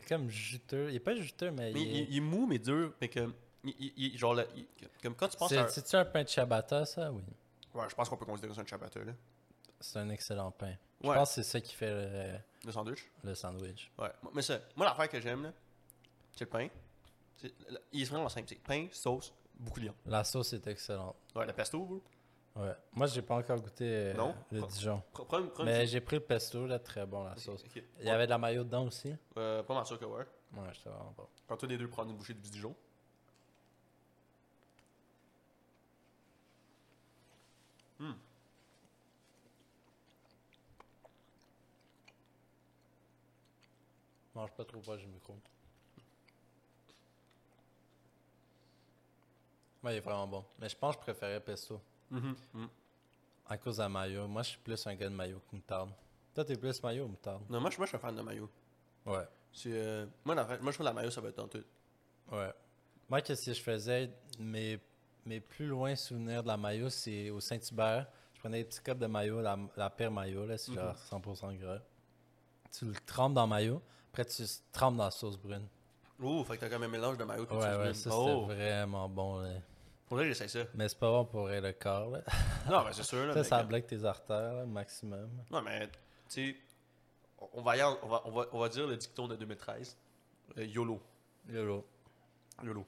S2: il est comme juteux. Il est pas juteux, mais,
S1: Mais
S2: il, est-
S1: il, il est mou, mais dur, mais que. il- il- il- genre, là, il- comme quand tu penses à.
S2: c'est
S1: un-
S2: c'est-tu un pain de ciabatta ça Oui,
S1: Ouais, je pense qu'on peut considérer ça un ciabatta, là.
S2: c'est un excellent pain. Je
S1: Ouais.
S2: pense que c'est ça qui fait le,
S1: Le sandwich.
S2: le sandwich.
S1: Ouais, moi- mais ça, moi l'affaire que j'aime, là, c'est le pain. C'est- la- Il est vraiment simple, c'est pain, sauce, beaucoup de lion.
S2: La sauce est excellente.
S1: Ouais, le pesto, bro.
S2: Ouais. Moi, j'ai pas encore goûté euh,
S1: Non?
S2: le
S1: Pas-
S2: Dijon,
S1: Pre- Prends, prends
S2: mais j'ai pris le pesto là, très bon la
S1: Ok,
S2: sauce.
S1: ok.
S2: Il y avait de la mayo dedans aussi.
S1: Euh, pas mal sûr que ouais.
S2: Ouais, c'était vraiment bon.
S1: Quand tous les deux prendre une bouchée de Dijon. Hmm.
S2: Mange pas trop proche du micro. Ouais, il est vraiment bon. Mais je pense que je préférais pesto
S1: Mhm, mhm.
S2: à cause de la mayo. Moi, je suis plus un gars de mayo que moutarde. Toi, t'es plus mayo ou moutarde?
S1: Non, moi, je moi, je suis un fan de mayo.
S2: Ouais,
S1: C'est, euh, moi, l'affaire- moi, je trouve que la mayo, ça va être dans tout.
S2: ouais. Moi, qu'est-ce que je faisais? Mes, mes plus loin souvenirs de la mayo, c'est au Saint-Hubert. Je prenais des petits cups de mayo, la, la pire mayo, là, c'est genre 100% gras. Tu le trempes dans mayo, après tu le trempes dans la sauce brune.
S1: Ouh, Oh, fait que t'as comme un mélange de mayo tout
S2: Ouais, ouais, ça, c'était
S1: Oh,
S2: vraiment bon. là.
S1: pour vrai, j'essaie ça.
S2: Mais c'est pas bon pour le corps, là.
S1: non, mais c'est sûr. Là,
S2: Ça,
S1: mais
S2: ça
S1: comme-
S2: bloque tes artères, là, maximum.
S1: Non, mais tu sais, on- on va, y aller- on, va, on, va, on va dire le dicton de 2013. Euh, YOLO.
S2: YOLO.
S1: YOLO.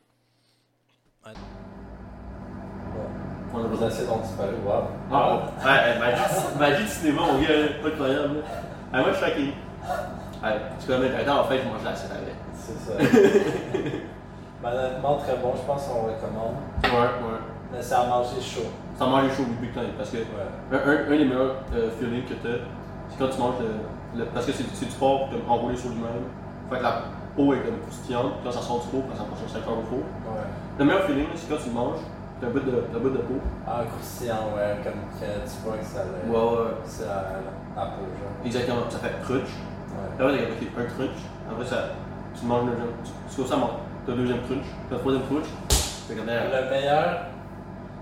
S2: On les assez ont disparu, wow.
S1: Ah, ouais, magie du cinéma, mon gars, pas de problème. Moi, je suis choqué. Tu connais, maintenant, en fait, je mange la salade.
S2: C'est ça. Mais honnêtement, très bon, je pense qu'on recommande.
S1: Ouais, ouais.
S2: Mais c'est à manger chaud.
S1: Ça mange les choses au putain, parce que
S2: Ouais.
S1: un, un, un des meilleurs euh, feelings que t'as, c'est quand tu manges le. le- parce que c'est c'est du porc comme enroulé sur lui-même. Fait que la eau est comme croustillante, puis quand ça sort du four, quand ça passe au 5 heures au four.
S2: Ouais.
S1: Le meilleur feeling, c'est quand tu le manges, t'as un bout de, t'as un bout de peau.
S2: Ah, croustillant, ouais, comme que tu vois que ça le-
S1: ouais.
S2: C'est la, la peau, genre.
S1: Exactement, ça fait crunch.
S2: Ouais.
S1: Là, il y a un crunch, après ça, tu manges le deuxième, tu, tu trouves ça mort. T'as le deuxième crunch, t'as le troisième crunch, t'es comme derrière.
S2: Le meilleur,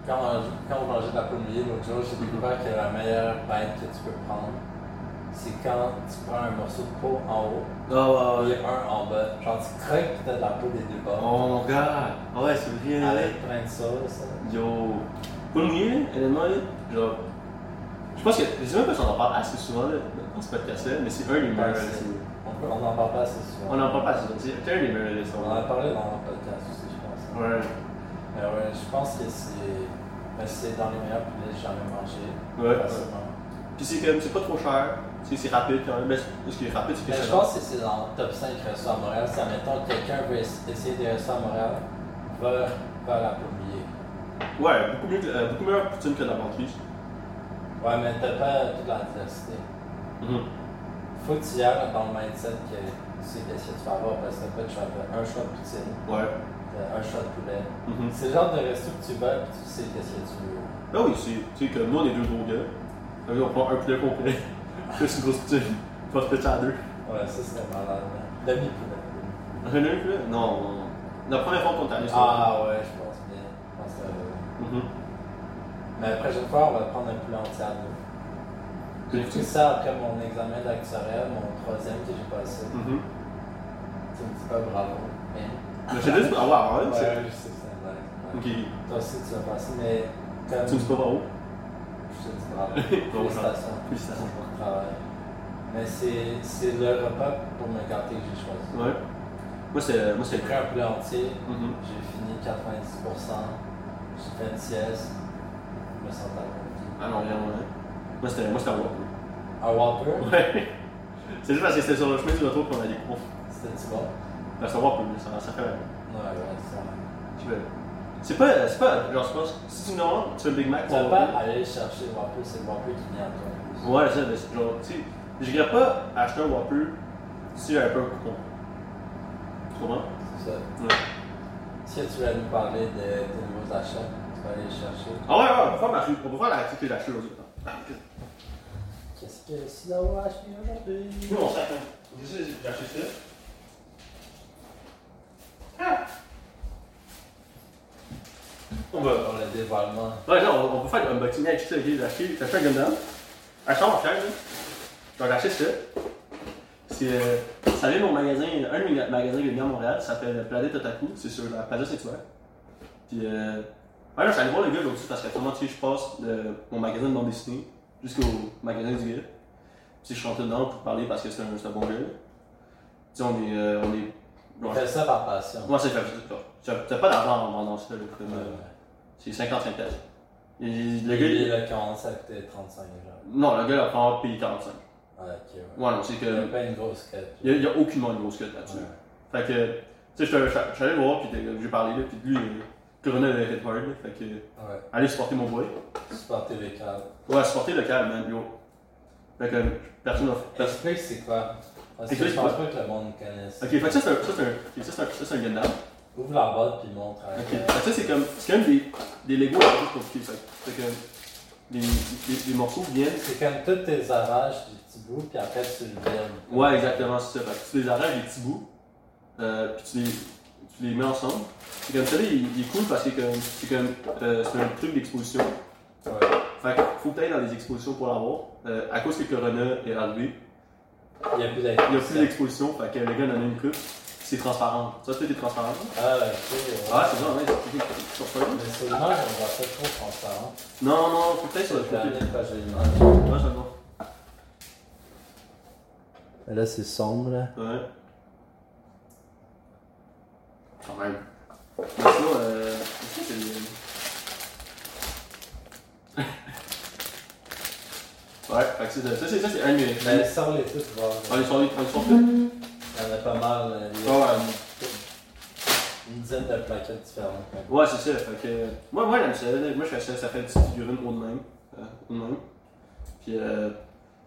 S2: quand on, quand on mangeait de la peau mouillée l'autre jour, j'ai découvert que la meilleure bête que tu peux prendre, c'est quand tu prends un morceau de peau en haut
S1: Oh,
S2: et un en bas. Genre, tu croques pis t'as de la peau des deux bords.
S1: Oh mon gars! Ouais, c'est vrai! hein.
S2: Avec plein de sauce. hein.
S1: Yo! Pour le mieux, honnêtement, là, genre. Je pense que. Je sais même pas si on en parle assez souvent là, dans ce podcast-là, mais c'est un des meilleurs.
S2: Ouais,
S1: là, c'est-
S2: On on en parle pas assez souvent.
S1: On en parle pas assez souvent, c'est un des meilleurs. là,
S2: On en a
S1: c'est-
S2: parlé dans le podcast aussi, je pense. hein.
S1: Ouais.
S2: Mais ouais, je pense que c'est ben, c'est dans les meilleurs poulets que j'ai jamais mangé.
S1: Ouais.
S2: facilement.
S1: Puis c'est comme, c'est pas trop cher, tu sais, c'est rapide quand même. Mais ce qui est rapide, c'est que
S2: Mais
S1: c'est
S2: je pense que c'est dans le top 5 restos à Montréal. Si, admettons, quelqu'un veut es- essayer des restos à Montréal, va vers la Paumier.
S1: Ouais, beaucoup, mieux que- euh, beaucoup meilleure poutine que de la banquise.
S2: Ouais, mais t'as pas toute la diversité.
S1: Mm-hmm.
S2: Faut que tu y ailles dans le mindset que tu sais qu'est-ce que tu vas avoir parce que t'as pas de choix. T'as un choix de poutine,
S1: Ouais.
S2: t'as un choix de poulet.
S1: Mhm.
S2: C'est le genre de resto que tu vas et tu sais qu'est-ce que tu veux.
S1: Ah oui, c'est tu sais, comme nous, on est deux gros gars. Fait que on prend un poulet complet, plus une grosse poutine, pas se péter à deux.
S2: Ouais, ça c'est malade. hein. Demi-poulet.
S1: J'en ai eu, là? Non, non, non. La première fois qu'on est allé, c'est-
S2: Ah ouais, je pense bien. Je pense que ça va.
S1: Mhm.
S2: Mais la prochaine fois, on va prendre un poulet entier à nous. J'ai pris ça après mon examen d'actuariat, mon troisième que j'ai passé.
S1: Mhm.
S2: Tu me dis pas bravo. Mais...
S1: Mais Ah, c'est juste pour avoir
S2: Ouais,
S1: hein, c'est-
S2: je sais, c'est une blague. Ouais.
S1: Ok.
S2: Toi aussi, tu vas passer, mais comme
S1: Tu me dis pas bravo.
S2: je te dis bravo.
S1: Bon,
S2: Félicitations
S1: Félicitations.
S2: pour le travail. Mais c'est c'est le repas pour me gâter que j'ai choisi.
S1: Ouais. Moi, c'est. Moi, c'est.
S2: J'ai pris un poulet entier,
S1: Mhm.
S2: j'ai fini 90%, j'ai fait une sieste, je me sentais accompli.
S1: Ah non, regarde, ouais. Moi, c'était. Moi, c'était un Whopper.
S2: Un Whopper,
S1: Ouais. C'est juste parce que c'était sur le chemin du retour qu'on a des cours. Ben,
S2: c'était-tu bon?
S1: Parce que Whopper, ça, ça fait.
S2: Ouais, ouais, ça.
S1: Tu veux. C'est pas. C'est pas. Genre, c'est pas. Si tu me demandes, tu veux le Big Mac,
S2: Tu
S1: tu
S2: vas pas aller chercher le Whopper, c'est le Whopper qui vient à toi.
S1: Ouais, c'est ça, mais c'est genre, tu sais, je n'irais pas acheter un Whopper si j'avais pas un coupon. Tu comprends?
S2: C'est ça.
S1: Ouais.
S2: Si tu veux nous parler de tes nouveaux achats, tu vas aller les chercher.
S1: Ah ouais, ouais, on peut faire ma on peut faire la critique que j'ai achetée aujourd'hui.
S2: Qu'est-ce que si d'avoir acheté aujourd'hui?
S1: Nous, on s'attend. J'ai j'ai- j'ai acheté ça. Ah! On va.
S2: Pour le dévoilement.
S1: Ouais, genre, on, on peut faire un unboxing avec ça, ok? J'ai acheté, j'ai acheté un Gundam. Acheté en cher, là. Donc, j'ai acheté ça. C'est, euh, ça vient de mon magasin, un de mes ga- magasins que j'ai mis à Montréal, ça s'appelle Planète Otaku, c'est sur la Plaza Saint-Hubert. Puis, euh, ouais, là, j'allais voir le gars l'autre parce que comment tu sais, je passe de mon magasin de bande dessinée jusqu'au magasin du gars. Puis, je suis rentré dedans pour parler parce que c'est un, c'est un bon gars. là. Tu sais, on est. euh, on est
S2: On
S1: genre,
S2: fait ça par passion.
S1: moi, c'est t'as t'as pas d'argent en vendant ça, là, comme, euh,
S2: Ouais.
S1: c'est 55 pièces. Le gars,
S2: Lui,
S1: il-
S2: là, quand ça coûtait 35 genre.
S1: non, le gars, il a vraiment payé 45.
S2: Ouais, ok, ouais.
S1: Ouais, non, c'est
S2: Il y a
S1: que.
S2: pas une grosse quête.
S1: Il y a, il y a aucunement de grosse cut là-dessus.
S2: Ouais.
S1: Fait que, tu sais, j'étais- j'étais- j'allais le voir, puis t'es- j'ai parlé, là, puis lui, euh, Corona avait hit hard, là, fait que,
S2: Ouais.
S1: allez supporter mon boy.
S2: Supporter les câbles.
S1: Ouais, supporter le calme, man, yo. Fait que, personne n'a fait.
S2: Explique c'est quoi? Parce que
S1: Explique
S2: je pense
S1: quoi?
S2: pas que le monde connaisse.
S1: Ok, fait que ça, c'est un, ça, c'est un, ok, ça, c'est un, ça, c'est un Gundam. Ok,
S2: Ouvre la boîte puis montre. à-
S1: fait que ça, c'est comme, c'est comme des, des Legos un peu compliqués, fait que, fait que, les, les, les morceaux viennent.
S2: C'est comme tous tes arraches du petit bout, puis après tu le vides.
S1: Ouais, exactement, c'est ça. Fait que tu les arraches des petits bouts, euh, puis tu les, tu les mets ensemble. C'est comme ça, là, il, il est cool parce que comme- c'est comme, euh, c'est un truc d'exposition.
S2: Ouais.
S1: Fait que faut que t'ailles dans des expositions pour l'avoir. Euh, à cause que Corona est arrivé,
S2: Il n'y a plus
S1: il n'y a plus
S2: d'activité.
S1: d'exposition, fait que le gars en a mis une coupe. C'est transparent. Ça, tout est transparent.
S2: Ah, ok.
S1: Ah, c'est ça, ouais, c'est- c'est sur ça.
S2: Mais c'est dommage, on voit pas trop transparent.
S1: Non, non, faut peut-être
S2: C'est
S1: sur le
S2: le
S1: côté.
S2: dernier que j'ai
S1: Ouais, ça va.
S2: Là, c'est sombre. là.
S1: Ouais. Quand même. Mais sinon, euh. est-ce que c'est le- ouais, fait que c'est ça. Ça, c'est ça, c'est un de mes.
S2: Mais sors les tous, voir.
S1: Ah,
S2: là.
S1: ils sont, ils sont
S2: Il y en a pas mal. là. Il y
S1: Ouais,
S2: a
S1: ouais.
S2: une dizaine de plaquettes différentes. là.
S1: Ouais, c'est ça. Fait que, moi, moi, j'aime ça. là. Moi, je fais ça. Ça fait une petite figurine haut de même. euh, haut de même. Puis, euh,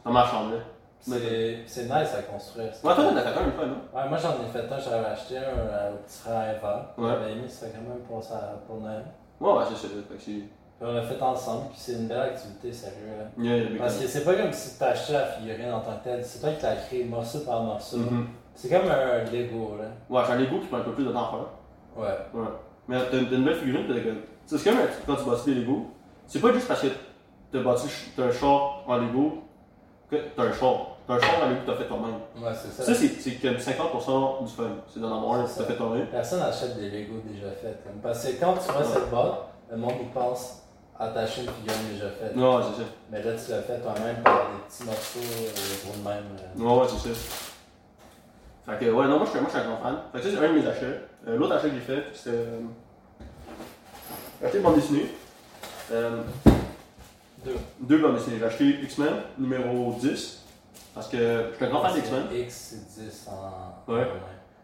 S1: dans ma chambre, là.
S2: C'est c'est nice à construire. ça.
S1: Ouais, toi, t'en as fait un une fois, non?
S2: Ouais, moi, j'en ai fait un, j'avais acheté un euh, au petit frère Eva.
S1: Ouais.
S2: J'avais mis ça quand même pour, ça, pour Noël.
S1: Ouais, ouais, c'est ça. Fait que c'est.
S2: Puis on l'a fait ensemble, puis c'est une belle activité, sérieux. Là.
S1: Yeah, yeah, big
S2: Parce
S1: time.
S2: que c'est pas comme si tu achetais la figurine en tant que telle, c'est toi qui l'as créé morceau par morceau.
S1: Mhm.
S2: C'est comme un Lego, là.
S1: Ouais, j'en ai goût, puis je prends un peu plus de temps à faire.
S2: Ouais.
S1: Ouais. Mais t'as une, t'as une belle figurine, t'as comme. tu sais, C'est comme un- quand tu bâtis des Lego. C'est pas juste parce que t'as bâti le ch- t'as un char en Lego que t'as un char. T'as un char en Lego que t'as fait toi-même.
S2: Ouais, c'est ça.
S1: Ça, c'est c'est comme 50% du fun. C'est d'en avoir un que t'as fait toi-même.
S2: Personne n'achète des Lego déjà faits. comme. Parce que quand tu vois cette boîte, le monde il pense attacher une figurine déjà faite.
S1: Non, ouais, c'est ça.
S2: Mais là, tu l'as fait toi-même par des petits morceaux euh, pour le même. là.
S1: Ouais, ouais, c'est ça. Fait que, ouais, non, moi, je suis moi, je suis un grand fan. Fait que ça, c'est un de mes achats. Euh, L'autre achat que j'ai fait, c'est. Euh, acheter une bande dessinée. Euh,
S2: Deux.
S1: deux bandes dessinées. J'ai acheté X-Men, numéro 10. Parce que je suis un grand fan d'X-Men.
S2: C'est X, c'est 10 en.
S1: Ouais.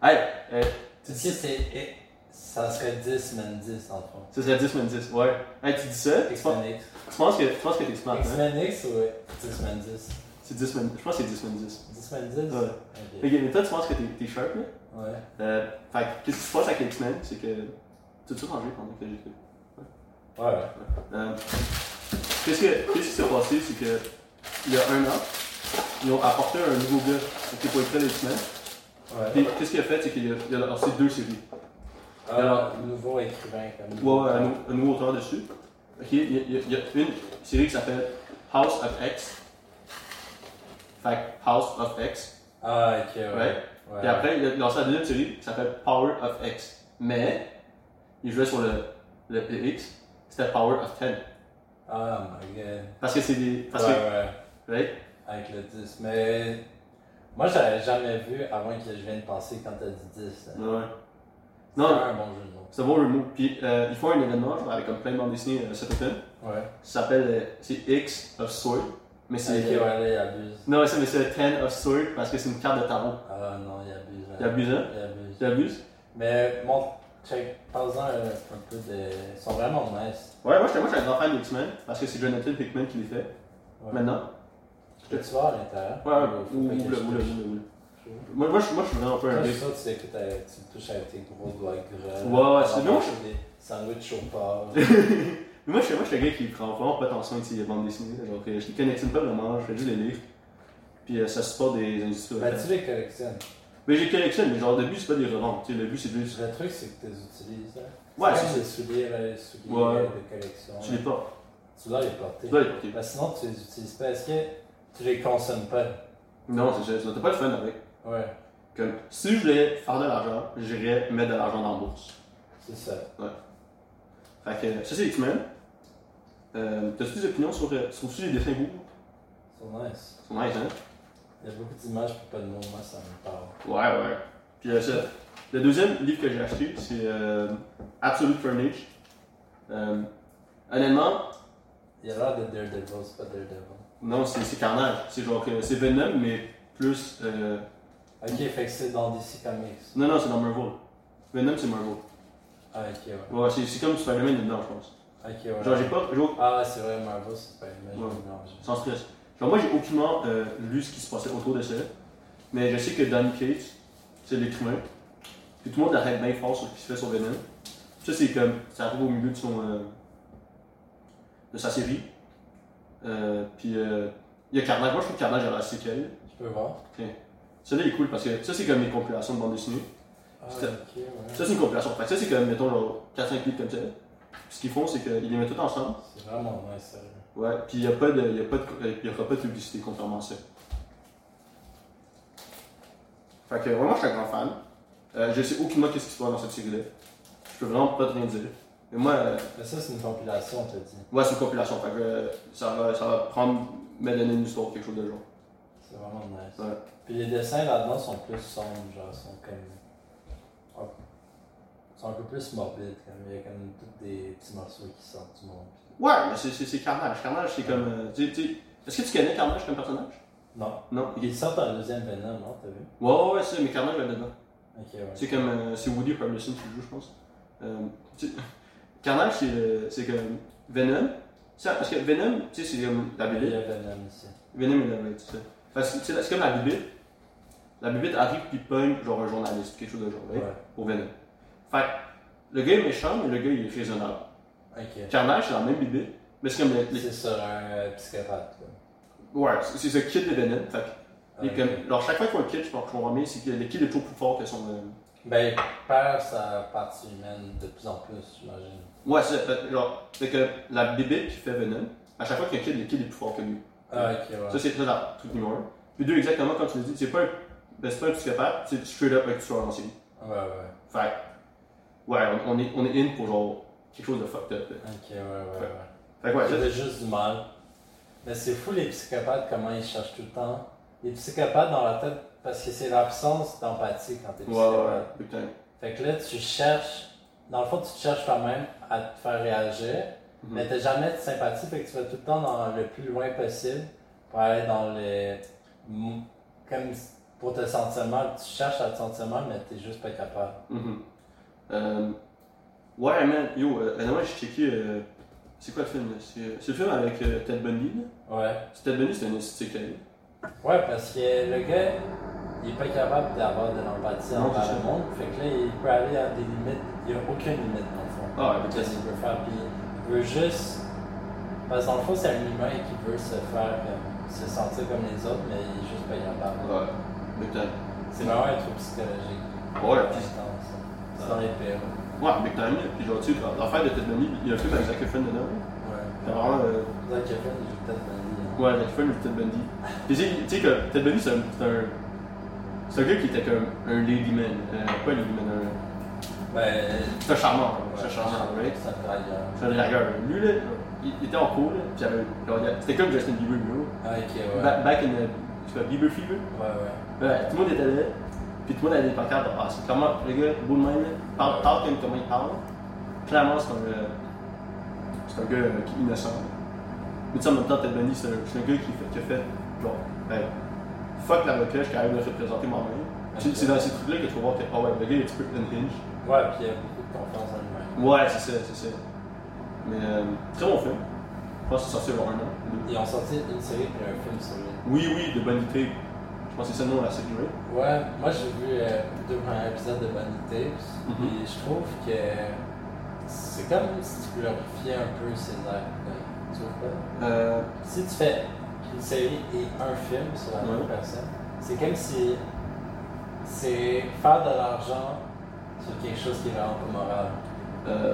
S1: Hey, euh, tu
S2: Tu
S1: dis
S2: sais, c'est. Ça serait 10 men 10 en fond.
S1: Ça serait 10 men 10, ouais. Hey, tu dis ça, tu penses,
S2: X-Men X.
S1: tu penses que tu penses que t'es smart, hein?
S2: X-Men X ou 10 men 10
S1: C'est 10 men, je pense que c'est 10 men 10.
S2: 10 men 10
S1: Ouais. Fait
S2: Ok.
S1: que, mais toi, tu penses que t'es, t'es sharp, là?
S2: Ouais.
S1: Euh, fait que, qu'est-ce qui se passe avec les X-Men, c'est que... T'as tout changé pendant que j'ai fait.
S2: Ouais, ouais.
S1: Euh, qu'est-ce, que, qu'est-ce qui s'est passé, c'est que... Il y a un an, ils ont apporté un nouveau gars qui était pour écrire les X-Men.
S2: Ouais.
S1: Puis, qu'est-ce qu'il a fait, c'est qu'il a, il a lancé deux séries.
S2: Alors, Ah, nouveau écrivain comme
S1: Ouais, ouais, un, nou- un nouveau auteur dessus. Ok, il y, a- il y a- il y a une série qui s'appelle House of X. Fait que House of X.
S2: Ah, ok, ouais.
S1: Ouais.
S2: Ouais.
S1: Puis après, il a lancé la deuxième série qui s'appelle Power of X. Mais, il jouait sur le, le, le X, c'était Power of 10.
S2: Ah, my god.
S1: Parce que c'est des. Parce
S2: ouais, ouais.
S1: que. Right?
S2: Avec le 10. Mais. Moi, j'avais jamais vu avant que je vienne penser quand t'as dit 10. là.
S1: Ouais.
S2: C'est
S1: Non,
S2: un bon jeu de mots.
S1: c'est un bon le mot. Puis, euh, ils font un événement genre, avec comme plein de bandes dessinées euh, cet automne.
S2: Ouais.
S1: Ça s'appelle. euh, c'est X of Sword. Mais
S2: C'est
S1: c'est.
S2: ok, ouais, là, il abuse.
S1: Non, mais c'est mais c'est 10 of Sword parce que c'est une carte de tarot.
S2: Ah, non, il abuse.
S1: Il abuse, hein?
S2: Il abuse.
S1: J'abuse.
S2: Mais, bon, check. Parle-en un, un peu de. Ils sont vraiment nice.
S1: Ouais, moi, j'étais- moi, je suis un grand fan d'X-Men, parce que c'est Jonathan Hickman qui les fait,
S2: Ouais.
S1: maintenant.
S2: Peux-tu voir à l'intérieur?
S1: Ouais, ouais,
S2: Faut
S1: ou
S2: pas
S1: ou
S2: que
S1: le,
S2: je
S1: ou le, ou le,
S2: touche.
S1: ou le. Moi, moi, je, moi, je suis vraiment un peu un
S2: Moi, je
S1: geek.
S2: suis sûr que tu écoutes, euh, tu le touches avec tes gros doigts gras.
S1: Ouais, ouais, c'est
S2: T'as
S1: bien,
S2: mangé des sandwichs au porc.
S1: Mais moi, je suis moi, je suis un gars qui prend vraiment pas attention à ses bandes dessinées. Genre, que je les collectionne pas vraiment, je fais juste les lire. Puis euh, ça supporte des industries.
S2: Ben, tu les collectionnes.
S1: Mais j'ai collectionne, mais genre, le but, c'est pas de les revendre. Tu sais, le but, c'est juste.
S2: Le truc, c'est que tu les utilises. là.
S1: Ouais,
S2: c'est
S1: c'est
S2: comme
S1: ça.
S2: des souliers, là, les souliers
S1: Ouais.
S2: euh, de collection.
S1: Tu les
S2: là.
S1: portes.
S2: Tu dois les porter.
S1: Tu dois les porter.
S2: Ben, sinon, tu les utilises pas. Est-ce que tu les consommes pas?
S1: Non, c'est ça. T'as pas de fun avec.
S2: Ouais,
S1: Comme, si je voulais faire de l'argent, j'irais mettre de l'argent dans la bourse.
S2: c'est ça.
S1: Fait que, ça, c'est X-Men. Euh, T'as-tu des opinions sur. euh, Trouves-tu les dessins beaux?
S2: C'est nice.
S1: Ils sont nice, hein?
S2: Il y a beaucoup d'images pour pas de mots. Moi, ça me parle.
S1: Ouais, ouais. Puis euh, ça- le deuxième livre que j'ai acheté, c'est euh, Absolute Furnish. Euh, honnêtement,
S2: Il y a l'air de Daredevil, c'est pas Daredevil.
S1: non, c'est c'est Carnage. C'est genre que c'est Venom, mais plus. euh,
S2: Ok, fait que c'est dans DC Comics.
S1: Non, non, c'est dans Marvel. Venom, c'est Marvel.
S2: Ah, ok, ouais.
S1: Ouais, c'est c'est comme Spider-Man dedans, je pense.
S2: Ok, ouais.
S1: Genre, j'ai pas. j'ai-
S2: Ah, c'est vrai, Marvel, c'est pas une image
S1: Ouais.
S2: mélangée.
S1: Sans stress. Genre, moi, j'ai aucunement euh, lu ce qui se passait autour de ça. Mais je sais que Dan Cates, c'est l'écrivain. Puis tout le monde arrête bien fort sur ce qui se fait sur Venom. Ça, c'est comme. Ça arrive au milieu de son. euh, de sa série. Euh, puis euh, il y a Carnage. Moi, je trouve Carnage à la séquelle.
S2: Tu peux voir.
S1: Ça, là, il est cool parce que ça, c'est comme les compilations de bande dessinée.
S2: Ah,
S1: C'est-
S2: ok, ouais.
S1: Ça, c'est une compilation. Fait que ça, c'est comme, mettons, genre 4-5 livres comme ça. Puis ce qu'ils font, c'est qu'ils les mettent tous ensemble.
S2: C'est vraiment nice, sérieux.
S1: Ouais, puis il n'y a pas de. Il y a pas de, euh, il y aura pas de publicité contrairement à ça. Fait que vraiment, je suis un grand fan. Euh, je sais aucunement qu'est-ce qui se passe dans cette série-là. Je peux vraiment pas te rien dire. Mais moi, euh,
S2: Mais ça, c'est une compilation, on t'a dit.
S1: ouais, c'est une compilation. Fait que euh, ça, va, ça va prendre. me donner une histoire, quelque chose de genre.
S2: C'est vraiment nice.
S1: Ouais.
S2: Puis les dessins là-dedans sont plus sombres, genre, sont comme. hop. sont un peu plus morbides, comme. Il y a comme tous des petits morceaux qui sortent du monde.
S1: Ouais, mais c'est- c'est c'est Carnage. Carnage, c'est comme. euh, tu sais- tu sais- Est-ce que tu connais Carnage comme personnage
S2: Non.
S1: Non. ok.
S2: Ils sortent un deuxième Venom, non, t'as vu
S1: Ouais, ouais, ouais, c'est. Mais Carnage, là dedans.
S2: Ok, ouais.
S1: C'est comme. euh, c'est Woody Harrelson qui le joue, je pense. Euh, tu- Carnage, c'est, le- c'est comme. Venom. Ça, parce que Venom, tu sais, c'est comme la
S2: Il y
S1: BD.
S2: a Venom ici.
S1: Venom, il avait, tu sais. Parce que tu sais, c'est comme la bibite. La bibite arrive puis pogne genre un journaliste, quelque chose de genre, hein,
S2: Ouais.
S1: au venin. Fait que le gars est méchant, mais le gars il est raisonnable.
S2: Ok.
S1: Carnage, c'est la même bibite, mais c'est comme le, le-
S2: C'est sur un euh, psychopathe. quoi.
S1: Ouais, c'est c'est ce kid de venin. Fait que, il est
S2: Ok.
S1: comme- alors chaque fois qu'il faut un kid, je pense que je comprends bien, c'est que le kid est toujours plus fort que son. euh,
S2: Ben, il perd sa partie humaine de plus en plus, j'imagine.
S1: Ouais, c'est fait- genre, c'est que la bibite qui fait venin, à chaque fois qu'il y a un kid, le kid est plus fort que lui.
S2: Ah, ok, ouais.
S1: Ça, c'est ça, la truc numéro un. Puis deux, exactement comme tu l'as dit, c'est pas un, ben, c'est pas un psychopathe, c'est straight up un tueur en série.
S2: Ouais, ouais.
S1: Fait que, ouais, on, on est, on est in pour genre quelque chose de fucked up. là.
S2: Ok, ouais, ouais, ouais.
S1: Fait que ouais, ça,
S2: J'avais juste du mal. Mais c'est fou les psychopathes, comment ils cherchent tout le temps. Les psychopathes dans la tête, parce que c'est l'absence d'empathie quand t'es
S1: ouais, ouais,
S2: psychopathe.
S1: ouais, putain.
S2: Fait que là, tu cherches, dans le fond, tu cherches toi-même à te faire réagir,
S1: Mhm. Mm.
S2: mais t'as jamais de sympathie, fait que tu vas tout le temps dans le plus loin possible pour aller dans les. mou- Comme pour te sentir mal, tu cherches à te sentir mal, mais t'es juste pas capable.
S1: Mhm. Euh, ouais, man, yo, euh, moi j'ai checké. euh, c'est quoi le film là? C'est euh, c'est le film avec euh, Ted Bundy là?
S2: Ouais.
S1: C'est Ted Bundy, c'est un esthétique là.
S2: Ouais, parce que le gars, il est pas capable d'avoir de l'empathie
S1: Non,
S2: envers
S1: c'est
S2: le
S1: ça.
S2: monde. Fait que là, il peut aller à des limites. Il n'y a aucune limite, dans le fond.
S1: Ah ouais,
S2: Qu'est-ce
S1: putain.
S2: qu'il peut faire? Puis il veut juste. Parce que dans le fond, c'est un humain qui veut se faire. comme- se sentir comme les autres, mais il est juste pas capable.
S1: Ouais, putain.
S2: C'est vraiment un truc psychologique.
S1: Ouais,
S2: Dans
S1: puis
S2: le sens. C'est dans les pires.
S1: Ouais, mais quand même, puis genre, tu sais, l'affaire de Ted Bundy, il y a un film avec Zac Efron dedans. là. C'est
S2: Ouais.
S1: vraiment. euh,
S2: Dans quelqu'un, il est peut-être mal
S1: ouais, Zac Efron ou Ted Bundy. Puis tu sais, tu sais que Ted Bundy, c'est un. c'est un- C'est un gars qui était comme un ladyman. Euh, pas un ladyman, un.
S2: Ben.
S1: C'est un charmant, hein, c'est un
S2: ouais,
S1: charmant, right?
S2: Ça hein. drague.
S1: C'est un dragueur. Lui, là, il, il était en cours, là, puis il avait- genre, il a- c'était comme Justin Bieber, bro.
S2: Ah, ok, ouais.
S1: Ba- Back in the. Tu vois, Bieber Fever.
S2: Ouais, ouais.
S1: Ouais, tout le monde était là, puis tout le monde avait des pancartes de Ah, c'est Comment le gars, beau de même, là, parle, parle comme comment il parle. Clairement, c'est un, euh, c'est un gars euh, qui est innocent. Mais tu sais, en même temps, Ted Bundy, c'est un, c'est un gars qui, fait, qui a fait, genre, ben, fuck la requête, je suis capable de représenter moi-même. C'est- C'est dans ces trucs-là que tu vas voir que, ah ouais, le gars, il est un petit peu unhinged.
S2: Ouais, puis il y a beaucoup de confiance en lui-même.
S1: Ouais, c'est ça, c'est ça. Mais, euh, très bon film. Je pense que c'est sorti il y a un an. deux.
S2: Ils ont sorti une série puis un film sur lui.
S1: Oui, oui, de Bonité. Je pense que c'est ça le nom de la série, right?
S2: Ouais, moi j'ai vu euh, deux premiers épisodes de Vanity,
S1: Mhm.
S2: et je trouve que c'est comme si tu glorifiais un peu ses airs. Tu vois pas?
S1: Euh,
S2: Si tu fais une série et un film sur la même
S1: Ouais.
S2: personne, c'est comme si c'est faire de l'argent sur quelque chose qui est vraiment pas moral.
S1: Euh,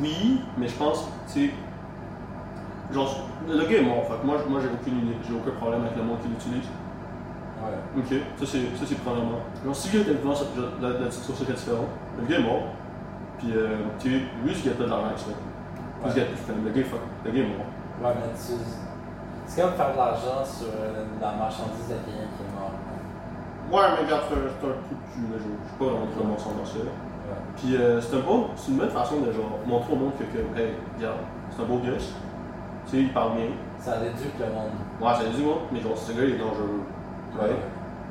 S1: oui, mais je pense, tu sais, genre, le gars est mort, fait que moi, moi j'ai aucune idée, j'ai aucun problème avec le monde qui l'utilise.
S2: Ouais.
S1: Ok, ça c'est, ça c'est premièrement. Genre, si le gars était vivant, ça- genre, la, la petite source serait différente. Le gars est mort, puis euh, tu sais, lui, ce gars pas de l'argent, c'est
S2: Ouais.
S1: Le gars, le gars, est fuck, le gars est mort.
S2: Ouais, mais tu. C'est comme faire de l'argent sur euh, la marchandise de quelqu'un qui est mort.
S1: Ouais, mais regarde, c'est un c'est un truc que tu mais je je suis pas vraiment trop bon sans ça.
S2: Ouais.
S1: Puis euh, c'est un bon, c'est une bonne façon de genre montrer au monde que, que hey, regarde, c'est un beau gars, tu sais, il parle bien.
S2: Ça réduit le monde.
S1: Ouais, ça dit, moi, mais genre, ce gars, il est dangereux. Ouais.